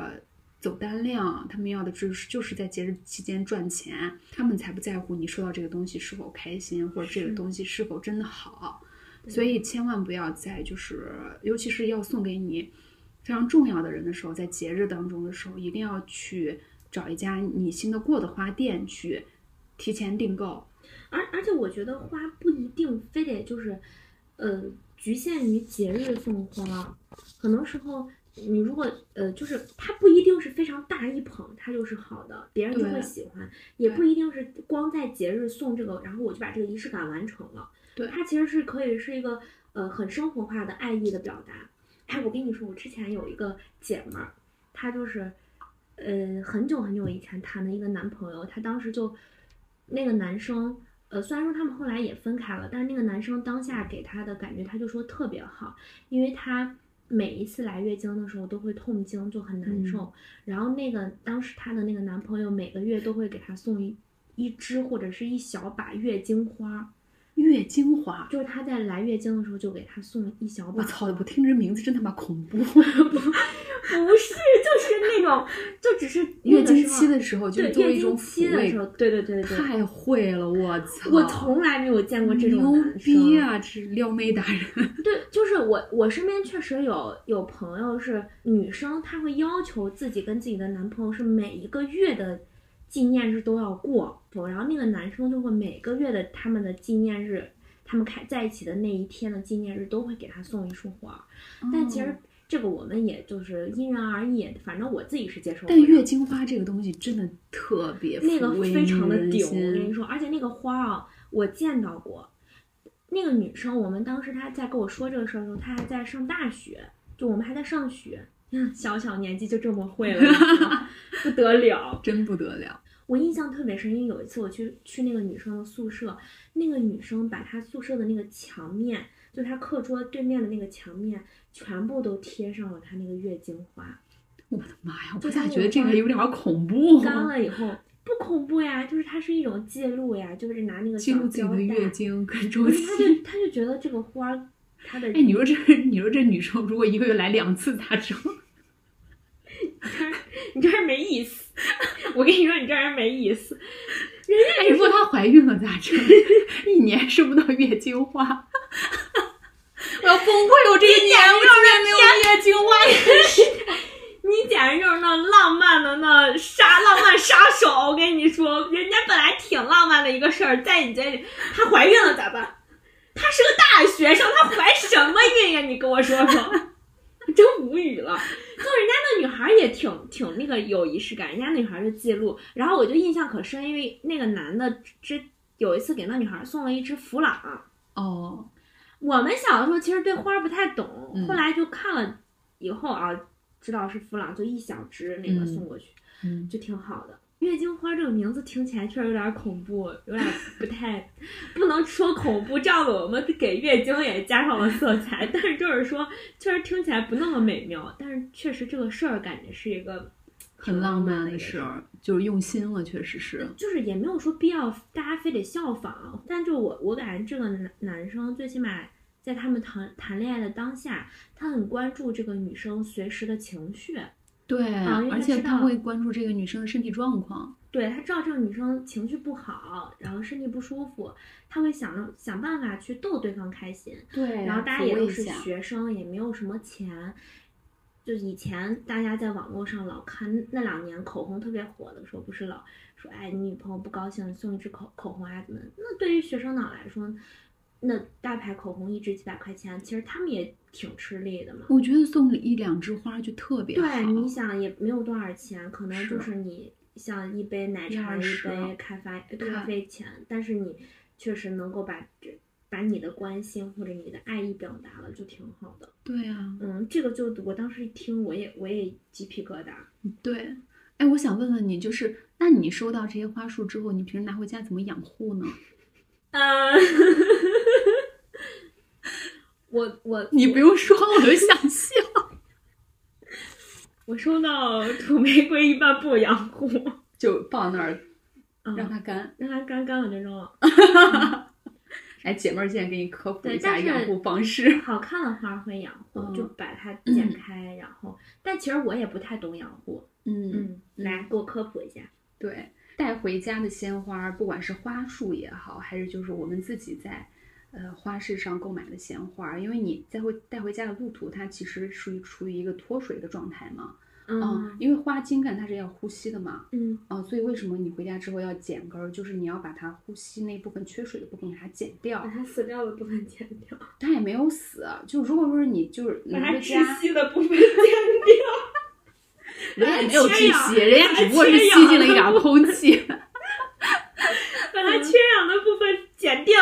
S1: 走单量，他们要的就是就是在节日期间赚钱，他们才不在乎你收到这个东西是否开心，或者这
S4: 是
S1: 个东西是否真的好，
S4: 对
S1: 所以千万不要在就是尤其是要送给你非常重要的人的时候，在节日当中的时候，一定要去找一家你信得过的花店去提前订购。
S4: 而而且我觉得花不一定非得就是，呃，局限于节日送花，很多时候你如果呃，就是它不一定是非常大一捧，它就是好的，别人就
S1: 对
S4: 会喜欢，也
S1: 对
S4: 不一定是光在节日送这个，然后我就把这个仪式感完成了。
S1: 对
S4: 它其实是可以是一个呃很生活化的爱意的表达。哎，我跟你说，我之前有一个姐们儿，她就是呃很久很久以前谈的一个男朋友，她当时就那个男生。呃，虽然说他们后来也分开了，但是那个男生当下给她的感觉，他就说特别好，因为她每一次来月经的时候都会痛经，就很难受。
S1: 嗯
S4: 然后那个当时她的那个男朋友每个月都会给她送一一支或者是一小把月经花，
S1: 月精华，
S4: 就是她在来月经的时候就给她送一小把。
S1: 我操！我听这名字真他妈恐 怖。
S4: 不是，就是那种，就只是
S1: 月
S4: 那个
S1: 经
S4: 时候
S1: 期的时候，就是
S4: 对
S1: 作为
S4: 月
S1: 一种
S4: 经期
S1: 抚
S4: 的
S1: 慰
S4: 时，候，对对对对对，
S1: 太会了，我操！
S4: 我从来没有见过这种
S1: 牛
S4: 男
S1: 逼
S4: 生。
S1: 啊！这撩妹达人，
S4: 对，就是我，我身边确实有有朋友是女生，她会要求自己跟自己的男朋友是每一个月的纪念日都要过，然后那个男生就会每个月的他们的纪念日，他们开在一起的那一天的纪念日都会给他送一束花儿， 但其
S1: 嗯
S4: 实。这个我们也就是因人而异，反正我自己是接受不了。
S1: 但月经花这个东西真的特别
S4: 那个
S1: 抚慰
S4: 非常的
S1: 女人
S4: 顶，我
S1: 心
S4: 跟你说，而且那个花啊，我见到过。那个女生，我们当时她在跟我说这个事儿的时候，她还在上大学，就我们还在上学，嗯小小年纪就这么会了，你知道吗 不得了。
S1: 真不得了。
S4: 我印象特别深，因为有一次我去去那个女生的宿舍，那个女生把她宿舍的那个墙面，就她课桌对面的那个墙面，全部都贴上了她那个月经花。
S1: 我的妈呀！我
S4: 就
S1: 咋
S4: 像
S1: 觉得
S4: 那
S1: 这
S4: 种
S1: 个
S4: 花
S1: 有点儿恐怖？
S4: 干了以后不恐怖呀，就是它是一种记录呀，就是拿那个
S1: 记
S4: 小
S1: 录自己
S4: 胶带
S1: 的月，经跟周
S4: 不
S1: 期
S4: 是，。他就他就觉得这个花儿，它的
S1: 哎，你说这， 你说这女生如果一个月来两次咋整？
S4: 你这人没意思， 我跟你说你这人没意思，
S1: 哎，如果她怀孕了咋整？ 一年收不到月经花， 我要崩溃！我这一年我竟然没有月经花。
S4: 你简直就是那浪漫的那杀浪漫杀手，我跟你说，人家本来挺浪漫的一个事儿，在你这里，她怀孕了咋办？她是个大学生，她怀什么孕呀？你跟我说说，真无语了。就人家那女孩儿也挺挺那个有仪式感，人家那女孩儿就记录，然后我就印象可深，因为那个男的之有一次给那女孩儿送了一只弗朗，
S1: 哦，
S4: 我们小的时候其实对花儿不太懂，
S1: 嗯
S4: 后来就看了以后啊，知道是弗朗，就一小支那个送过去，
S1: 嗯，
S4: 就挺好的。月经花这个名字听起来确实有点恐怖，有点不太， 不能说恐怖，这样子我们给月经也加上了色彩， 但是就是说，确实听起来不那么美妙，但是确实这个事儿感觉是一个
S1: 很浪漫
S4: 的
S1: 的
S4: 一个
S1: 事儿，就是用心了，确实是。
S4: 就是也没有说必要大家非得效仿，但就我我感觉这个男男生最起码在他们谈谈恋爱的当下，他很关注这个女生随时的情绪，
S1: 对，
S4: 啊因为
S1: 而
S4: 他
S1: 且
S4: 知
S1: 他
S4: 道
S1: 会关注这个女生的身体状况。
S4: 对他知道这个女生情绪不好，然后身体不舒服，他会想着想办法去逗对方开心。
S1: 对
S4: 然后大家也
S1: 抚慰
S4: 都
S1: 一
S4: 是
S1: 下
S4: 学生，也没有什么钱。就以前大家在网络上老看那两年口红特别火的时候，不是老说哎你女朋友不高兴送一支口口红啊怎么的？那对于学生党来说，那大牌口红一支几百块钱，其实他们也挺吃力的嘛。
S1: 我觉得送一两枝花就特别好。
S4: 对，你想也没有多少钱，可能就是是你像一杯奶
S1: 一
S4: 茶、
S1: 二
S4: 一
S1: 十
S4: 杯咖啡
S1: 对
S4: 咖啡钱，但是你确实能够把这把你的关心或者你的爱意表达了，就挺好的。
S1: 对啊，
S4: 嗯，这个就我当时一听，我也我也鸡皮疙瘩。
S1: 对。哎，我想问问你，就是那你收到这些花束之后，你平时拿回家怎么养护呢？
S4: 嗯， 我我
S1: 你不用说，我就想笑。
S4: 我收到土玫瑰一般不养护，
S1: 就放那儿
S4: 嗯，
S1: 让它干。
S4: 让它干干了就扔了。
S1: 来，姐妹儿，现在给你科普
S4: 对
S1: 一下
S4: 但是
S1: 养护方式。
S4: 好看的花会养护，
S1: 嗯
S4: 就把它剪开，然后，但其实我也不太懂养护。
S1: 嗯，
S4: 嗯，来给我科普一下。
S1: 对，带回家的鲜花，不管是花束也好，还是就是我们自己在呃花市上购买的鲜花，因为你在回带回家的路途，它其实属于处于一个脱水的状态嘛。
S4: 嗯
S1: 因为花茎干它是要呼吸的嘛，
S4: 嗯
S1: 啊，所以为什么你回家之后要剪根儿，就是你要把它呼吸那部分缺水的部分给它剪掉
S4: 把。它死掉的部分剪掉，
S1: 它也没有死，就如果说是你就是
S4: 把
S1: 拿
S4: 它
S1: 回
S4: 窒
S1: 家，
S4: 息的部分剪掉。
S5: 人家也没有
S4: 缺
S5: 窒
S4: 氧
S5: 息，人家只不过是
S4: 缺氧
S5: 吸进了一点儿空气。
S4: 把它缺氧的部分剪掉。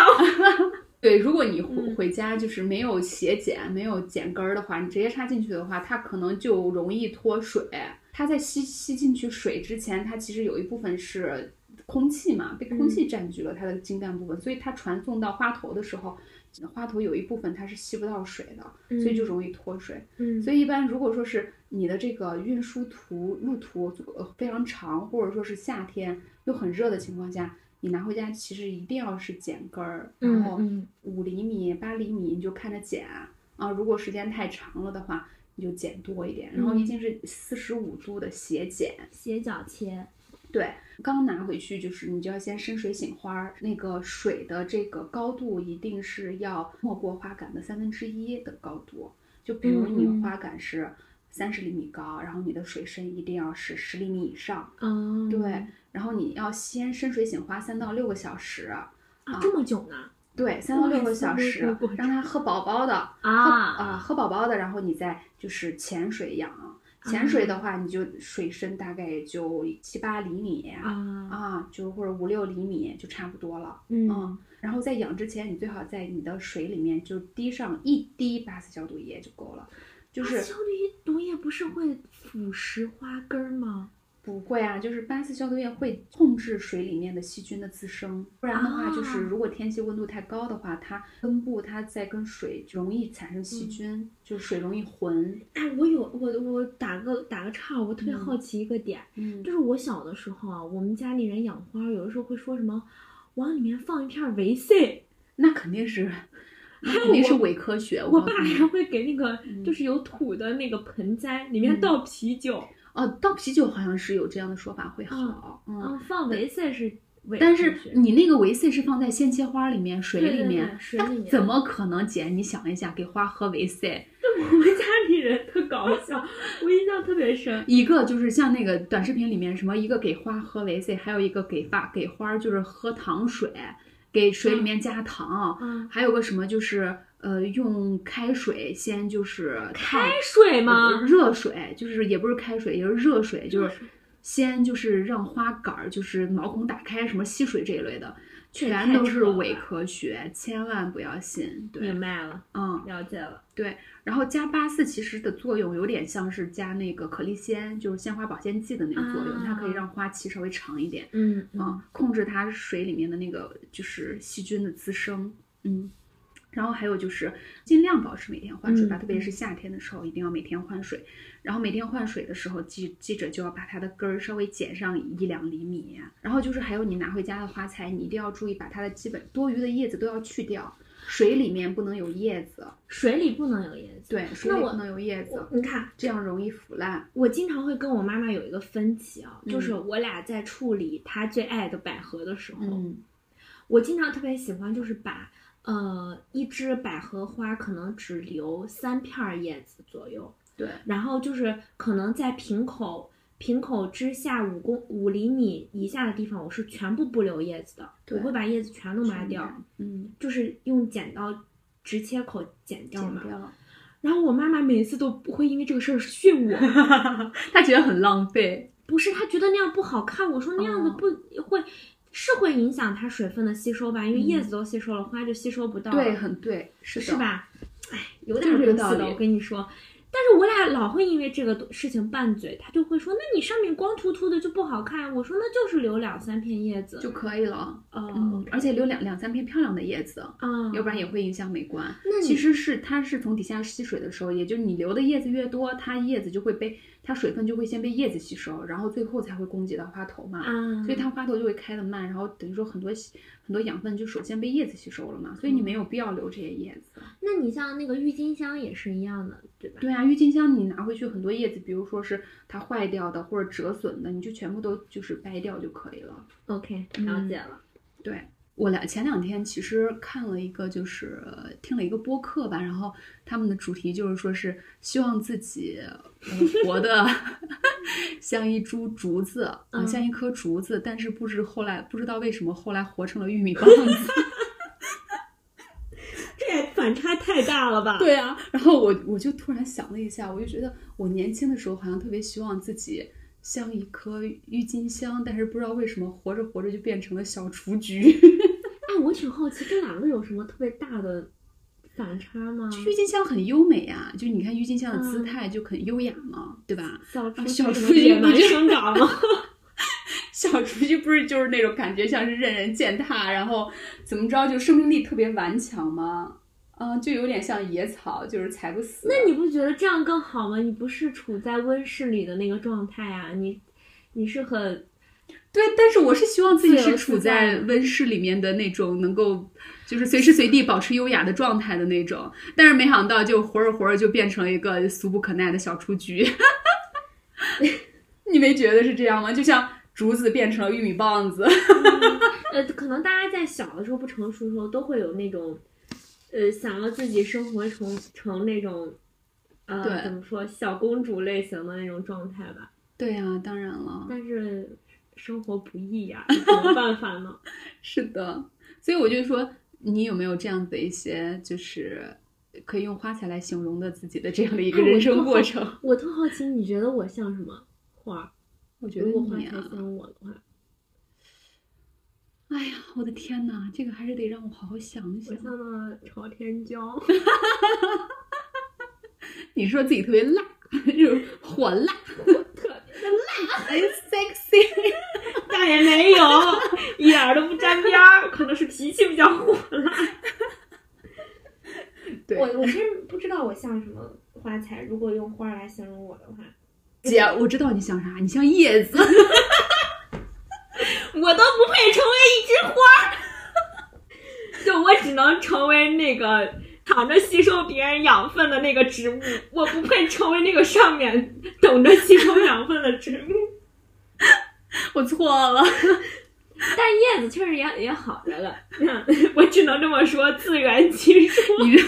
S1: 对，如果你回
S4: 嗯
S1: 回家就是没有斜剪、没有剪根儿的话，你直接插进去的话，它可能就容易脱水。它在吸吸进去水之前，它其实有一部分是空气嘛，被空气占据了它的茎干部分，所以它传送到花头的时候，花头有一部分它是吸不到水的，所以
S2: 嗯
S1: 就容易脱水。
S4: 嗯，
S1: 所以一般如果说是你的这个运输途路途呃非常长，或者说是夏天又很热的情况下，你拿回家其实一定要是剪根儿，然后
S4: 嗯
S1: 五厘米、八厘米你就看着剪啊。如果时间太长了的话，你就剪多一点，然后一
S4: 嗯
S1: 定是四十五度的斜剪。
S4: 斜角切，
S1: 对，刚拿回去就是你就要先深水醒花儿，那个水的这个高度一定是要没过花杆的三分之一的高度。就比如你
S4: 嗯
S1: 花杆是三十厘米高，然后你的水深一定要是十厘米以上。
S4: 哦，
S1: 对，然后你要先深水醒花三到六个小时，
S4: 啊，这么久呢？
S1: 对，三到六个小时
S4: 哇塞这个过，
S1: 让它喝饱饱的，喝啊、
S4: 啊，
S1: 喝饱饱的，然后你再就是潜水养。潜水的话，你就水深大概也就七八厘米
S4: 啊，
S1: 啊，就或者五六厘米就差不多了。
S4: 嗯
S1: 嗯，然后在养之前，你最好在你的水里面就滴上一滴八四消毒液就够了。就
S4: 它
S1: 是
S4: 消毒液毒液不是会腐蚀花根儿吗？
S1: 不会啊，就是八四消毒液会控制水里面的细菌的滋生，不然的话，就是
S4: 啊
S1: 如果天气温度太高的话，它根部它在跟水容易产生
S4: 嗯
S1: 细菌，就水容易浑。
S4: 哎，我有我我打个打个岔，我特别
S1: 嗯
S4: 好奇一个点，
S1: 嗯
S4: 就是我小的时候啊，我们家里人养花，有的时候会说什么往里面放一片维 C，
S1: 那肯定 是，那
S4: 还有
S1: 肯定是
S4: 我
S1: 伪科学。告
S4: 我爸
S1: 诉你
S4: 还会给那个
S1: 嗯
S4: 就是有土的那个盆栽里面
S1: 嗯
S4: 倒啤酒，
S1: 哦，倒啤酒好像是有这样的说法会好，嗯
S4: 嗯，放维 C 是伪
S1: 但
S4: 科
S1: 是
S4: 学
S1: 你那个维 C 是放在鲜切花里面、水
S4: 对
S1: 里
S4: 对
S1: 面，
S4: 对水
S1: 那
S4: 里面
S1: 怎么可能姐？你想一下，给花喝维 C，
S4: 我们家里人特搞笑，我印象特别深。
S1: 一个就是像那个短视频里面什么，一个给花喝维 C，还有一个给花给花就是喝糖水，给水里面加糖，
S4: 嗯，
S1: 还有个什么就是呃用开水先就是烫
S4: 开水
S1: 呃
S4: 吗？
S1: 热水就是也不是开水，也是热水，就
S4: 热
S1: 是先就是让花杆儿就是毛孔打开，什么吸水这一类的，
S4: 这也
S1: 全
S4: 太
S1: 都
S4: 扯
S1: 是
S4: 了
S1: 伪
S4: 吧
S1: 科学，千万不要信。对
S4: 明，白了，
S1: 嗯，
S4: 了解了。
S1: 然后加八四其实的作用有点像是加那个可丽鲜，就是鲜花保鲜剂的那个作用，它可以
S4: 啊
S1: 让花期稍微长一点，
S4: 嗯
S1: 啊，控制它水里面的那个就是细菌的滋生，嗯。然后还有就是尽量保持每天换水吧，
S4: 嗯
S1: 特别是夏天的时候，一定要每天换水。然后每天换水的时候，记记着就要把它的根儿稍微剪上一两厘米。啊然后就是还有你拿回家的花材，你一定要注意把它的基本多余的叶子都要去掉，水里面不能有叶子，
S4: 水里不能有叶子。
S1: 对，水
S4: 那
S1: 里
S4: 我
S1: 不能有叶
S4: 我
S1: 子，
S4: 你看，
S1: 这样容易腐烂。
S4: 我经常会跟我妈妈有一个分歧啊，
S1: 嗯
S4: 就是我俩在处理她最爱的百合的时候，
S1: 嗯
S4: 我经常特别喜欢就是把呃一支百合花可能只留三片儿叶子左右，
S1: 对，
S4: 然后就是可能在瓶口瓶口之下五公五厘米以下的地方，我是全部不留叶子的，
S1: 对
S4: 我会把叶子全都抹掉，
S1: 嗯，
S4: 就是用剪刀直切口剪掉
S1: 剪
S4: 嘛。
S1: 掉。
S4: 然后我妈妈每次都不会因为这个事儿训 我，
S1: 他觉得很浪费。
S4: 不是她觉得那样不好看，我说那样子
S1: 哦
S4: 不、会。是会影响它水分的吸收吧，因为
S1: 嗯
S4: 叶子都吸收了，花就吸收不到了。
S1: 对，很对，是的，
S4: 是？吧？哎，有
S1: 就
S4: 点
S1: 是这个
S4: 意思
S1: 道
S4: 的，
S1: 理
S4: 我跟你说。但是我俩老会因为这个事情拌嘴，他就会说：“那你上面光秃秃的就不好看。”我说：“那就是留两三片叶子。
S1: 就可以了。
S4: 呃”
S1: 嗯，而且留两两三片漂亮的叶子，
S4: 啊，
S1: 要不然也会影响美观。
S4: 那你
S1: 其实是它是从底下吸水的时候，也就是你留的叶子越多，它叶子就会被它水分就会先被叶子吸收，然后最后才会供给到花头嘛。
S4: 啊，
S1: 所以它花头就会开得慢，然后等于说很多吸很多养分就首先被叶子吸收了嘛，所以你没有必要留这些叶子。
S4: 那你像那个郁金香也是一样的，对吧？
S1: 对啊，郁金香你拿回去很多叶子，比如说是它坏掉的或者折损的，你就全部都就是掰掉就可以了。
S4: OK，
S1: 嗯
S4: 了解了。
S1: 对我俩前两天其实看了一个，就是呃听了一个播客 吧，然后他们的主题就是说是希望自己、呃活的像一株竹子啊、
S2: 嗯
S1: 像一棵竹子，但是不知后来不知道为什么后来活成了玉米棒子。
S2: 这也反差太大了吧？，
S1: 对啊，然后我我就突然想了一下，我就觉得我年轻的时候好像特别希望自己像一棵郁金香，但是不知道为什么活着活着就变成了小雏菊。
S2: 哎，我挺好奇这两个有什么特别大的反差吗？
S1: 郁金香很优美啊，就你看郁金香的姿
S2: 嗯
S1: 态就很优雅嘛，对吧？
S2: 啊小雏
S1: 小
S2: 什
S1: 雏
S2: 么
S1: 菊
S2: 野
S1: 不
S2: 蛮
S1: 就
S2: 生 长吗？
S1: 小雏菊不是就是那种感觉像是任人践踏，然后怎么着就生命力特别顽强吗？嗯，就有点像野草，就是踩不死。
S2: 那你不觉得这样更好吗？你不是处在温室里的那个状态啊，你你是很
S1: 对，但是我是希望自己是处
S2: 自由
S1: 在
S2: 自在
S1: 温室里面的那种能够，就是随时随地保持优雅的状态的那种。但是没想到，就活着活着就变成了一个俗不可耐的小雏菊。 你没觉得是这样吗？就像竹子变成了玉米棒子。
S2: 呃，可能大家在小的时候不成熟的时候都会有那种呃，想要自己生活成成那种呃
S1: 对
S2: 怎么说小公主类型的那种状态吧，
S1: 对呀、当然了。
S2: 但是。生活不易呀、有什么办法呢？
S1: 是的，所以我就说，你有没有这样的一些，就是可以用花材来形容的自己的这样的一个
S2: 哎我
S1: 人生
S2: 特
S1: 过
S2: 好
S1: 程？
S2: 我特好奇，你觉得我像什么花儿？
S1: 我觉得
S2: 如果花
S1: 你
S2: 才
S1: 啊，
S2: 像我的话，
S1: 哎呀，我的天哪，这个还是得让我好好想一
S2: 我
S1: 想。
S2: 像那朝天椒。
S1: 你说自己特别辣， 就是火辣，特别辣，sexy。
S2: 但也没有， 一点儿都不沾边儿，可能是脾气比较火辣。
S1: 对，
S2: 我真不知道我像什么花材，如果用花来形容我的话，
S1: 姐，我知道你想啥，你像叶子。
S2: 我都不配成为一枝花儿，就我只能成为那个躺着吸收别人养分的那个植物，我不配成为那个上面等着吸收养分的植物。
S1: 我错了，
S2: 但叶子确实也也好着了， 我只能这么说，自圆其说。
S1: 你这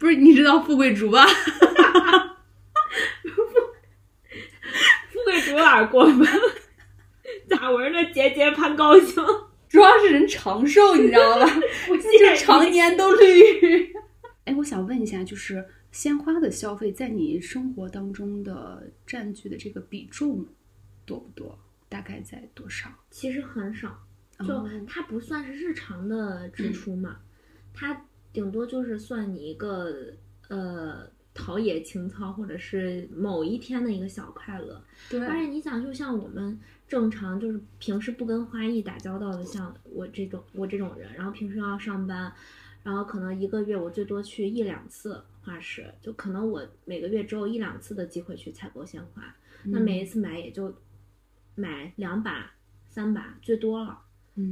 S1: 不是你知道富贵竹吧？
S2: 富贵竹有点过分， 咋玩呢？节节攀高 兴，
S1: 主要是人长寿，你知道吧？
S2: 我
S1: 就
S2: 现
S1: 是常年都绿。 哎，我想问一下，就是鲜花的消费在你生活当中的占据的这个比重多不多？大概在多少？
S2: 其实很少，就
S1: 哦
S2: 它不算是日常的支出嘛，它顶多就是算你一个呃陶冶情操，或者是某一天的一个小快乐。
S1: 对
S2: 而且你想，就像我们正常就是平时不跟花艺打交道的，像我这种我这种人，然后平时要上班，然后可能一个月我最多去一两次花市，就可能我每个月只有一两次的机会去采购鲜花，那每一次买也就买两把、三把，最多了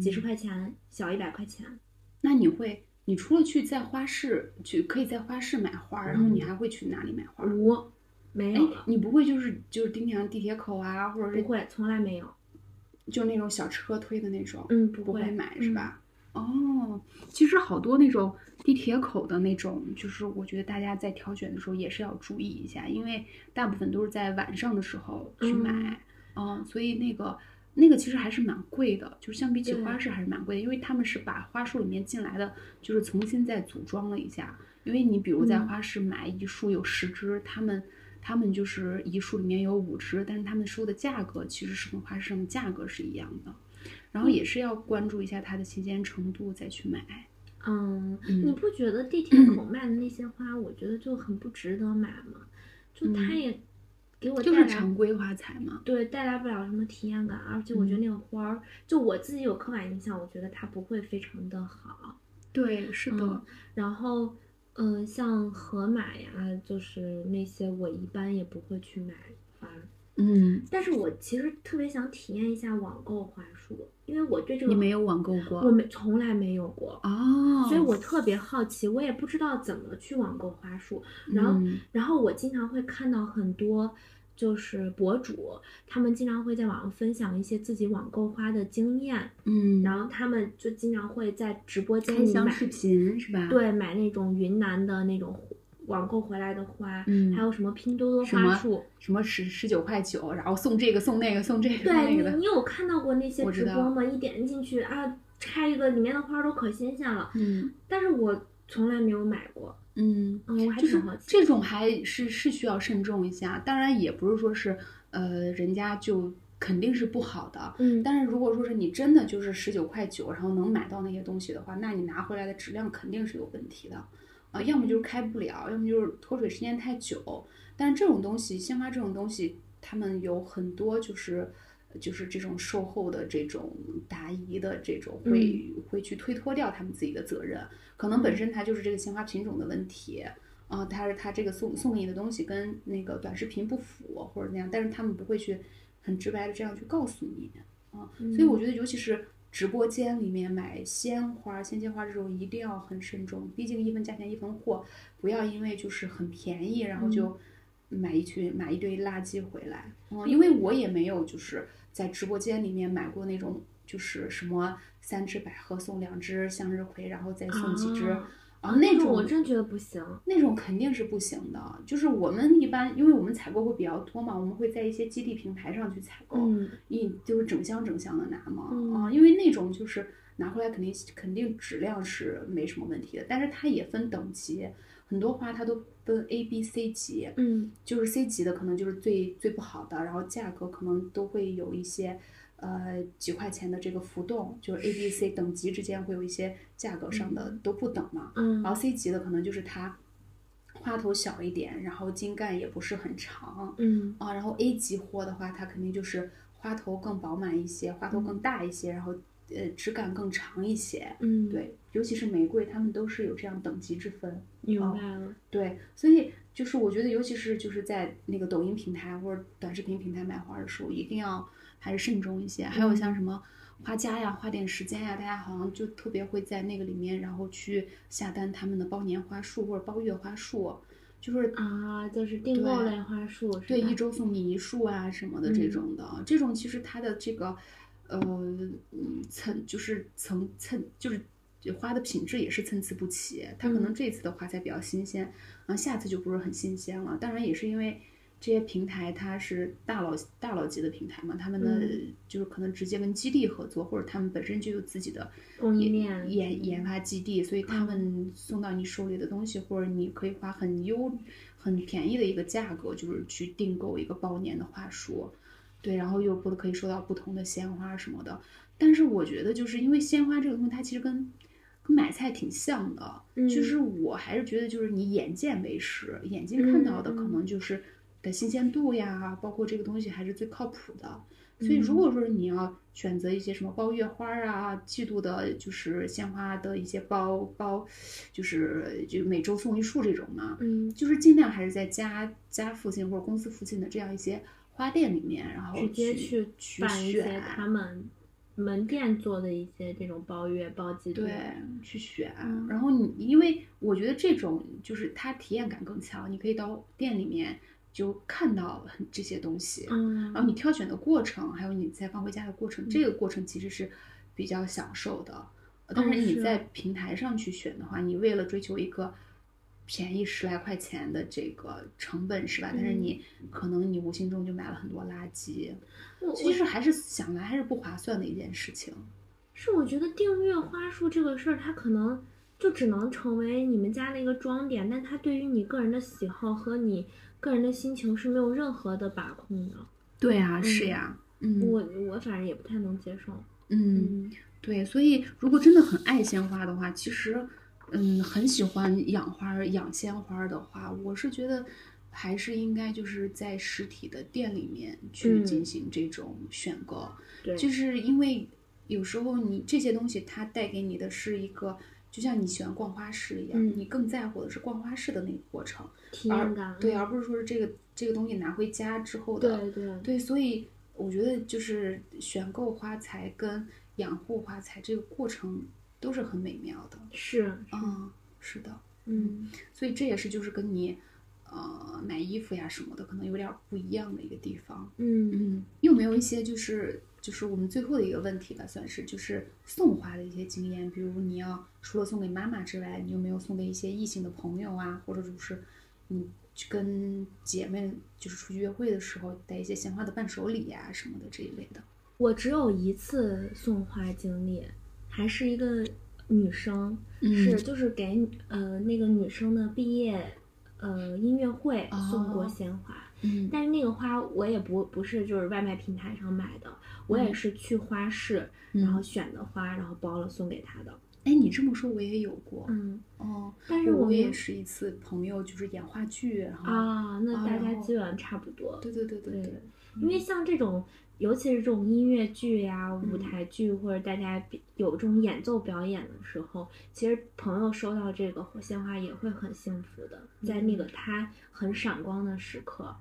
S2: 几十
S1: 块。
S2: 块钱，小一百块钱。
S1: 嗯那你会，你除了去在花市去，可以在花市买花，然后你还会去哪里买花？
S2: 五、嗯没
S1: 哎
S2: 有了，，
S1: 你不会就是就是丁香地铁口啊，或者
S2: 不
S1: 是
S2: 会，从来没有。
S1: 就那种小车推的那种？
S2: 嗯，不
S1: 不
S2: 会
S1: 会买是？吧？哦，其实好多那种地铁口的那种，就是我觉得大家在挑选的时候也是要注意一下，因为大部分都是在晚上的时候去买，嗯所以那个那个其实还是蛮贵的，就是相比起
S2: 对
S1: 花市还是蛮贵的，因为他们是把花束里面进来的，就是重新再组装了一下，因为你比如在
S2: 嗯
S1: 花市买一束有十支，他们。他们就是一束里面有五支，但是他们收的价格其实是跟花市上的价格是一样的。然后也是要关注一下它的新鲜程度再去买。
S2: 嗯，
S1: 嗯
S2: 你不觉得地铁口卖的那些花，我觉得就很不值得买吗？就它
S1: 嗯
S2: 也给我带
S1: 就是
S2: 来
S1: 常规花材嘛，
S2: 对带来不了什么体验感，而且我觉
S1: 嗯
S2: 得那个花儿，就我自己有刻板印象，我觉得它不会非常的好。
S1: 对，是
S2: 嗯，然后，嗯、像河马呀，就是那些我一般也不会去买花，
S1: 嗯，
S2: 但是我其实特别想体验一下网购花束，因为我对这个
S1: 你没有网购
S2: 我
S1: 过
S2: 没从来没有过。
S1: 哦，
S2: 所以我特别好奇，我也不知道怎么去网购花束。然后，
S1: 嗯
S2: 然后我经常会看到很多就是博主，他们经常会在网上分享一些自己网购花的经验，
S1: 嗯，
S2: 然后他们就经常会在直播间
S1: 开
S2: 里
S1: 箱
S2: 买，
S1: 视频是吧？，
S2: 对，买那种云南的那种
S4: 网购回来的花，
S1: 嗯
S4: 还有什么拼多多
S1: 什么
S4: 花束，
S1: 什么十十九块九，然后送这个送那个送这个送
S4: 对
S1: 那
S4: 你
S1: 个的，
S4: 你有看到过那些
S1: 我
S4: 直
S1: 知道
S4: 播吗？一点进去啊，拆一个里面的花都可新鲜了，
S1: 嗯
S4: 但是我从来没有买过，
S1: 嗯。
S4: 嗯，我还
S1: 就是
S4: 挺好奇。
S1: 这种还是是需要慎重一下，当然也不是说是呃人家就肯定是不好的，
S4: 嗯，
S1: 但是如果说是你真的就是十九块九，然后能买到那些东西的话，那你拿回来的质量肯定是有问题的，啊，要么就是开不了，要么就是脱水时间太久。但是这种东西，鲜花这种东西，他们有很多就是就是这种售后的这种答疑的这种会、会去推脱掉他们自己的责任，可能本身它就是这个鲜花品种的问题。啊，它是它这个送送给你的东西跟那个短视频不符或者那样，但是他们不会去很直白的这样去告诉你，
S4: 嗯
S1: 所以我觉得，尤其是直播间里面买鲜花、鲜切花这种，一定要很慎重。毕竟一分价钱一分货，不要因为就是很便宜，然后
S4: 嗯
S1: 就买一群、买一堆垃圾回来。
S4: 哦
S1: 嗯，因为我也没有就是在直播间里面买过那种就是什么三只百合送两只向日葵，然后再送几只
S4: 啊
S1: 啊那种哦
S4: 我真觉得不行。
S1: 那种肯定是不行的。就是我们一般，因为我们采购会比较多嘛，我们会在一些基地平台上去采购。
S4: 嗯，
S1: 一就是整箱整箱的拿嘛，
S4: 嗯
S1: 啊，因为那种就是拿回来肯定肯定质量是没什么问题的，但是它也分等级，很多花它都分 A、B、C 级，
S4: 嗯，
S1: 就是 C 级的可能就是最最不好的，然后价格可能都会有一些。呃，几块钱的这个浮动，就是 A、B、C 等级之间会有一些价格上的都不等嘛。
S4: 嗯
S1: 然后 C 级的可能就是它花头小一点，然后茎干也不是很长，
S4: 嗯
S1: 啊，然后 A 级货的话，它肯定就是花头更饱满一些，花头更大一些，然后呃质感更长一些。
S4: 嗯，，
S1: 对，尤其是玫瑰，它们都是有这样等级之分。哦
S4: 明白了。
S1: 对，所以就是我觉得，尤其是就是在那个抖音平台或者短视频平台买花的时候，一定要还是慎重一些。还有
S4: 嗯
S1: 像什么花家呀、花店时间呀，大家好像就特别会在那个里面，然后去下单他们的包年花束或者包月花束，就是
S4: 啊，就是订购
S1: 对
S4: 类花束是吧？
S1: 对，一周送你一束啊什么的这
S4: 嗯
S1: 种的，这种其实它的这个，呃，嗯，层就是层层就是花的品质也是参差不齐，它可能
S4: 嗯
S1: 这次的花才比较新鲜，然后下次就不是很新鲜了。当然也是因为这些平台它是大佬大佬级的平台嘛，他们的
S4: 嗯
S1: 就是可能直接跟基地合作，或者他们本身就有自己的
S4: 供
S1: 研
S4: 应链
S1: 研研发基地，所以他们送到你手里的东西，或者你可以花很优、很便宜的一个价格，就是去订购一个包年的花束，对，然后又不可以收到不同的鲜花什么的。但是我觉得，就是因为鲜花这个东西，它其实跟跟买菜挺像的，
S4: 嗯
S1: 就是我还是觉得，就是你眼见为实，眼睛看到的
S4: 嗯
S1: 可能就是的新鲜度呀，包括这个东西还是最靠谱的。所以
S4: 嗯
S1: 如果说是你要选择一些什么包月花儿啊、季度的，就是鲜花的一些包包，就是就每周送一束这种呢，
S4: 嗯
S1: 就是尽量还是在家家附近或者公司附近的这样一些花店里面，然后
S4: 直接
S1: 去啊
S4: 去
S1: 去
S4: 办一些
S1: 选，
S4: 他们门店做的一些这种包月包季度，
S1: 对，去选。
S4: 嗯
S1: 然后你因为我觉得这种就是它体验感更强，你可以到店里面就看到很这些东西，
S4: 嗯，
S1: 然后你挑选的过程，还有你再放回家的过程，这个过程其实是比较享受的。呃但
S4: 嗯
S1: 是你
S4: 是
S1: 在平台上去选的话，你为了追求一个便宜十来块钱的这个成本是吧？但是
S4: 嗯
S1: 你可能你无形中就买了很多垃圾，
S4: 我
S1: 其
S4: 我
S1: 实还是想来还是不划算的一件事情。
S4: 是我觉得订阅花束这个事儿，它可能就只能成为你们家的一个装点，但它对于你个人的喜好和你个人的心情是没有任何的把控的。
S1: 对啊，
S4: 是
S1: 是呀，嗯
S4: 我我反正也不太能接受。
S1: 嗯。
S4: 嗯
S1: 对，所以如果真的很爱鲜花的话，其实，嗯，很喜欢养花儿、养鲜花儿的话，我是觉得还是应该就是在实体的店里面去
S4: 嗯
S1: 进行这种选购，
S4: 对，
S1: 就是因为有时候你这些东西它带给你的是一个，就像你喜欢逛花市一样，
S4: 嗯
S1: 你更在乎的是逛花市的那个过程，
S4: 体
S1: 而
S4: 验感，
S1: 对，而不是说是这个这个东西拿回家之后的
S4: 嗯对对
S1: 对，所以我觉得就是选购花材跟养护花材这个过程都是很美妙的。
S4: 是，
S1: 嗯，是的，
S4: 嗯
S1: 所以这也是就是跟你呃买衣服呀什么的可能有点儿不一样的一个地方。
S4: 嗯
S1: 嗯，你有没有一些就是就是我们最后的一个问题吧，算是就是送花的一些经验，比如你要除了送给妈妈之外，你有没有送给一些异性的朋友啊，或者就是你去跟姐妹就是出去约会的时候带一些鲜花的伴手礼呀、什么的这一类的。
S2: 我只有一次送花经历，还是一个女生，
S1: 嗯
S2: 是就是给呃那个女生的毕业呃音乐会送过
S6: 哦
S2: 鲜花。
S1: 嗯
S2: 但是那个花我也不不是就是外卖平台上买的，我
S1: 嗯
S2: 也是去花市，然后选的花，然后包了送给他的。
S1: 哎，你这么说我也有过，
S2: 嗯，
S1: 哦，
S2: 但是
S1: 我
S2: 我
S1: 也
S2: 们
S1: 是一次朋友就是演话剧，然后、
S2: 啊，那大
S1: 哎
S2: 家
S1: 呦
S2: 基本上差不多。
S1: 对对对对对
S2: 对，因
S1: 嗯
S2: 为像这种，尤其是这种音乐剧呀、舞台剧，或者大家比有这种演奏表演的时候，其实朋友收到这个火鲜花也会很幸福的，在那个他很闪光的时刻。
S1: 嗯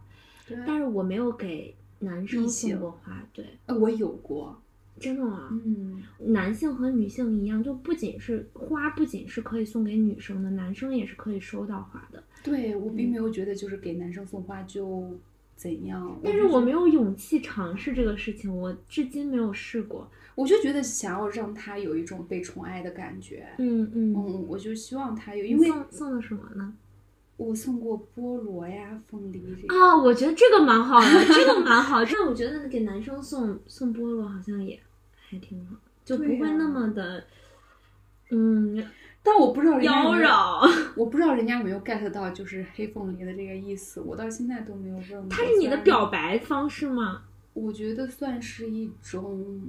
S1: 对
S2: 但是我没有给男生
S1: 性
S2: 送过花，对，
S1: 呃，我有过，
S2: 真的吗？
S1: 嗯，
S2: 男性和女性一样，就不仅是花，不仅是可以送给女生的，男生也是可以收到花的。
S1: 对我
S2: 嗯
S1: 并没有觉得就是给男生送花就怎样，
S2: 但是
S1: 就
S2: 我没有勇气尝试这个事情，我至今没有试过。
S1: 我就觉得想要让他有一种被宠爱的感觉，
S2: 嗯嗯，
S1: 嗯，我就希望他有，
S2: 你
S1: 因为
S2: 送送的什么呢？
S1: 我送过菠萝呀、凤梨这个，
S2: 啊、我觉得这个蛮好的，这个蛮好。 但我觉得给男生送送菠萝好像也还挺好，就不
S1: 对
S2: 会
S1: 呀
S2: 那么的、嗯
S1: 但我不知道人家有
S2: 妖
S1: 没有，
S2: 娆。
S1: 我不知道人家有没有 get 到就是黑凤梨的这个意思，我到现在都没有问过。
S2: 它是你的
S1: 虽然
S2: 表白方式吗？
S1: 我觉得算是一种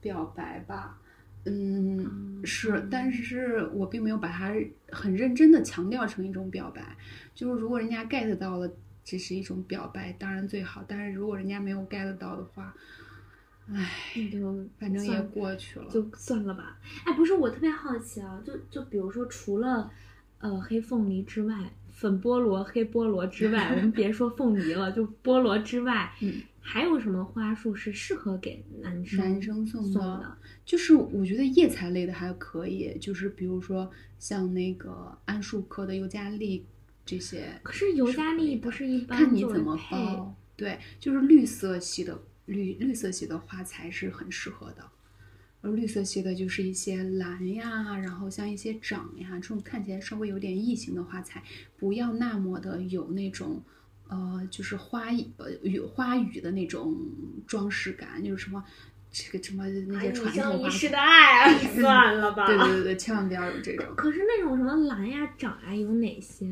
S1: 表白吧，嗯，是，但是我并没有把它很认真的强调成一种表白。就是如果人家 get 到了，这是一种表白，当然最好。但是如果人家没有 get 到的话，唉，
S2: 你就
S1: 反正也
S2: 算
S1: 过去了。
S2: 就算了吧。哎，不是，我特别好奇啊，就就比如说，除了呃黑凤梨之外，粉菠萝、黑菠萝之外，我们别说凤梨了，就菠萝之外，
S1: 嗯
S2: 还有什么花束是适合给男生
S1: 男生送
S2: 送
S1: 的就是我觉得叶菜类的还可以，就是比如说像那个桉树科的尤加利这些，
S2: 可是尤加
S1: 可以
S2: 利
S1: 的
S2: 不是一般
S1: 看你
S2: 作为
S1: 怎么
S2: 配
S1: 包。对，就是绿色系的绿绿色系的花材是很适合的，而绿色系的就是一些兰呀，然后像一些掌呀这种看起来稍微有点异形的花材，不要那么的有那种。呃，就是花语呃语花语的那种装饰感，就是什么这个什么那些
S2: 哎女
S1: 传
S2: 生
S1: 统
S2: 一
S1: 花
S2: 世
S1: 材，
S2: 的爱啊， 算了吧。
S1: 对对对对，千万不要有这种。
S2: 可是那种什么兰呀、掌呀，有哪些？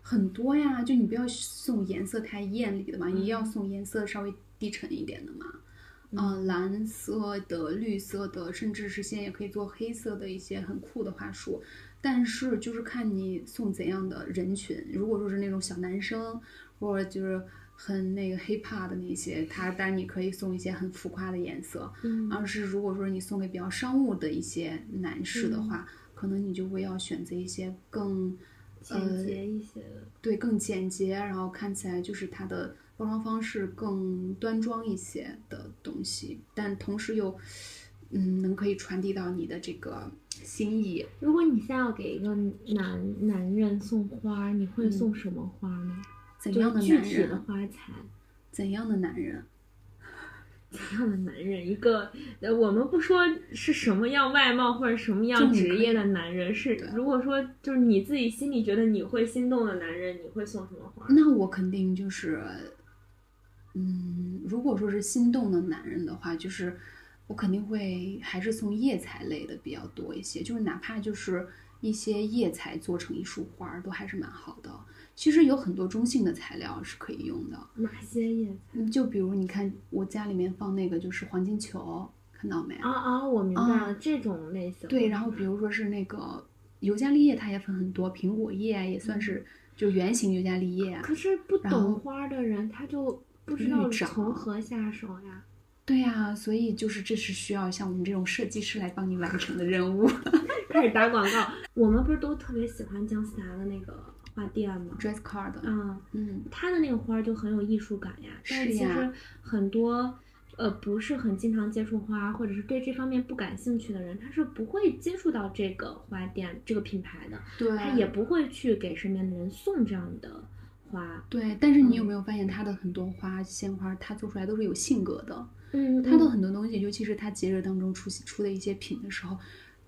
S1: 很多呀，就你不要送颜色太艳丽的嘛，你一定要送颜色稍微低沉一点的嘛。嗯、蓝色的、绿色的，甚至是现在也可以做黑色的一些很酷的花束。但是就是看你送怎样的人群，如果说是那种小男生，或者就是很那个 hiphop 的那些，他当然你可以送一些很浮夸的颜色。
S2: 嗯
S1: 而是如果说你送给比较商务的一些男士的话，可能你就会要选择一些更呃
S2: 简洁一些的。
S1: 对，更简洁，然后看起来就是它的包装方式更端庄一些的东西，但同时又，嗯，能可以传递到你的这个心意。
S2: 如果你现在要给一个男男人送花，你会送什么花呢？
S1: 怎
S2: 就
S1: 样嗯
S2: 是
S1: 的
S2: 具
S1: 男
S2: 体的
S1: 人？
S2: 花材，
S1: 怎样的男人？
S2: 怎样的男人？一个呃，我们不说是什么样外貌或者什么
S1: 就
S2: 样
S1: 你
S2: 职业
S1: 可以
S2: 的男人，是
S1: 对
S2: 如果说就是你自己心里觉得你会心动的男人，你会 送什么花？
S1: 那我肯定就是，嗯，如果说是心动的男人的话，就是我肯定会还是送叶材类的比较多一些，就是哪怕就是一些叶材做成一束花儿，都还是蛮好的。其实有很多中性的材料是可以用的，
S2: 哪些叶子？
S1: 嗯就比如你看我家里面放那个就是黄金球，看到没？
S2: 啊啊，我明白
S1: 啊
S2: 了，这种类型。
S1: 对，然后比如说是那个尤加利叶，它也分很多，苹果叶也算
S2: 嗯
S1: 是就圆形尤加利叶。啊
S2: 可是不
S1: 然后嗯
S2: 懂花的人，他就不知道
S1: 绿藻
S2: 从何下手呀。
S1: 对呀、所以就是这是需要像我们这种设计师来帮你完成的任务。
S2: 开始打广告，我们不是都特别喜欢姜思达的那个花店吗？
S1: dress card，
S2: 啊、
S1: 嗯，
S2: 它的那个花儿就很有艺术感呀。但
S1: 是
S2: 其
S1: 呀
S2: 实很多呃不是很经常接触花，或者是对这方面不感兴趣的人，他是不会接触到这个花店这个品牌的，
S1: 对，
S2: 他也不会去给身边的人送这样的花。
S1: 对。但是你有
S2: 嗯
S1: 没有发现它的很多花鲜花，它做出来都是有性格的。
S2: 嗯，
S1: 它的很多东西，尤其是它节日当中出出的一些品的时候，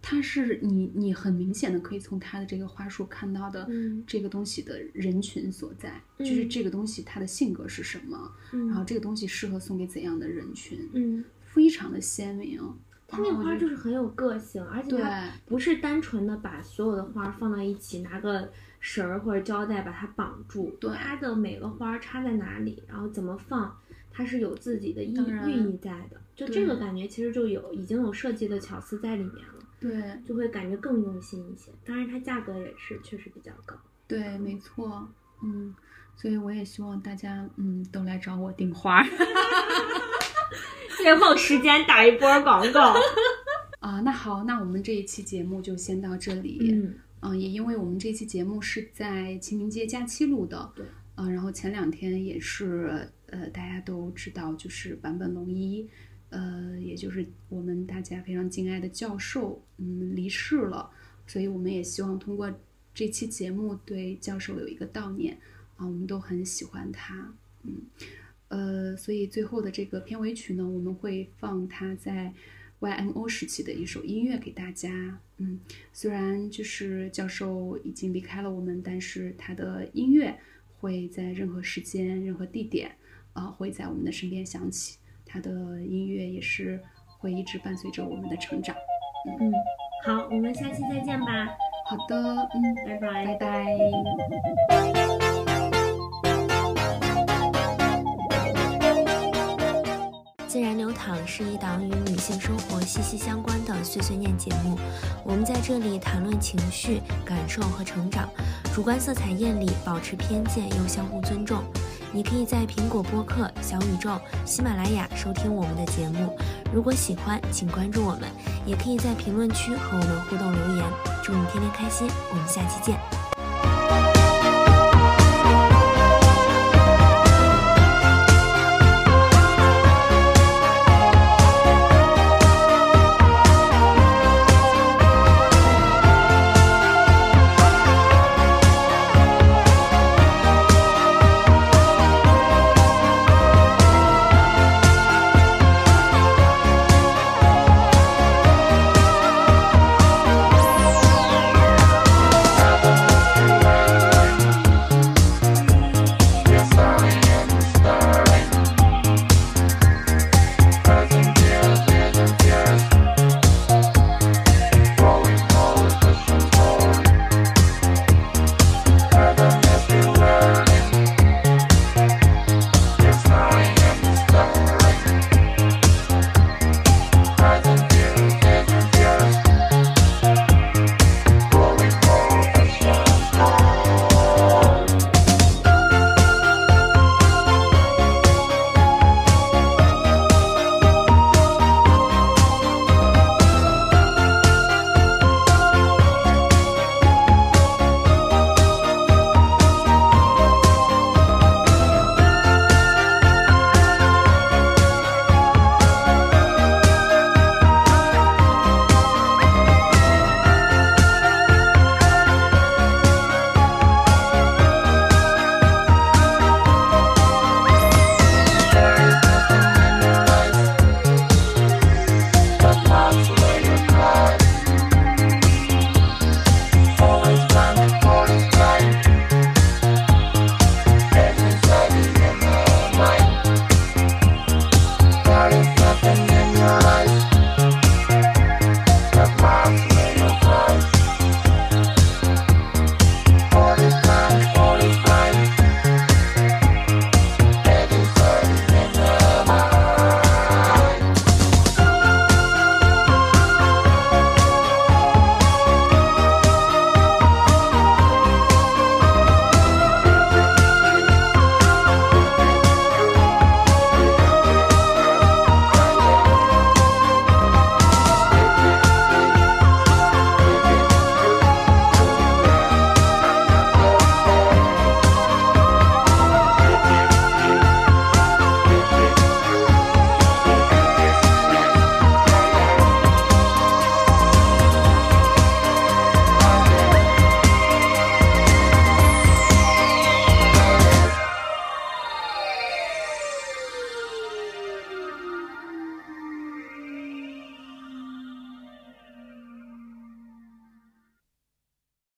S1: 它是你你很明显的可以从它的这个花束看到的
S4: 嗯
S1: 这个东西的人群所在，
S4: 嗯
S1: 就是这个东西它的性格是什么，
S4: 嗯，
S1: 然后这个东西适合送给怎样的人群，
S4: 嗯，
S1: 非常的鲜明。
S4: 它那个
S1: 我
S4: 花
S1: 觉
S4: 就
S1: 得
S4: 是很有个性，而且
S1: 对
S4: 它不是单纯的把所有的花儿放到一起，拿个绳儿或者胶带把它绑住。
S1: 对
S4: 它的每个花儿插在哪里，然后怎么放，它是有自己的意
S1: 当然
S4: 寓意在的。就这
S1: 对
S4: 个感觉其实就有已经有设计的巧思在里面了，
S1: 对
S4: 就会感觉更用心一些。当然，它价格也是确实比较高。
S1: 对，没错，嗯，所以我也希望大家嗯都来找我订花儿
S4: 最后时间打一波广告。
S1: 啊。那好，那我们这一期节目就先到这里。
S4: 嗯
S1: 嗯，也因为我们这期节目是在清明节假期录的，
S4: 对，
S1: 嗯、然后前两天也是，呃，大家都知道，就是坂本龙一，呃，也就是我们大家非常敬爱的教授，嗯，离世了，所以我们也希望通过这期节目对教授有一个悼念啊，我们都很喜欢他，嗯，呃，所以最后的这个片尾曲呢，我们会放他在 YMO 时期的一首音乐给大家。嗯，虽然就是教授已经离开了我们，但是他的音乐会在任何时间、任何地点，啊、会在我们的身边响起。他的音乐也是会一直伴随着我们的成长。
S4: 嗯，好，我们下期再见吧，
S1: 好的，嗯，
S4: 拜拜
S1: 拜拜。
S3: 自然流淌是一档与女性生活息息相关的碎碎念节目，我们在这里谈论情绪、感受和成长，主观色彩艳丽，保持偏见又相互尊重。你可以在苹果播客、小宇宙、喜马拉雅收听我们的节目。如果喜欢，请关注我们，也可以在评论区和我们互动留言。祝你天天开心，我们下期见。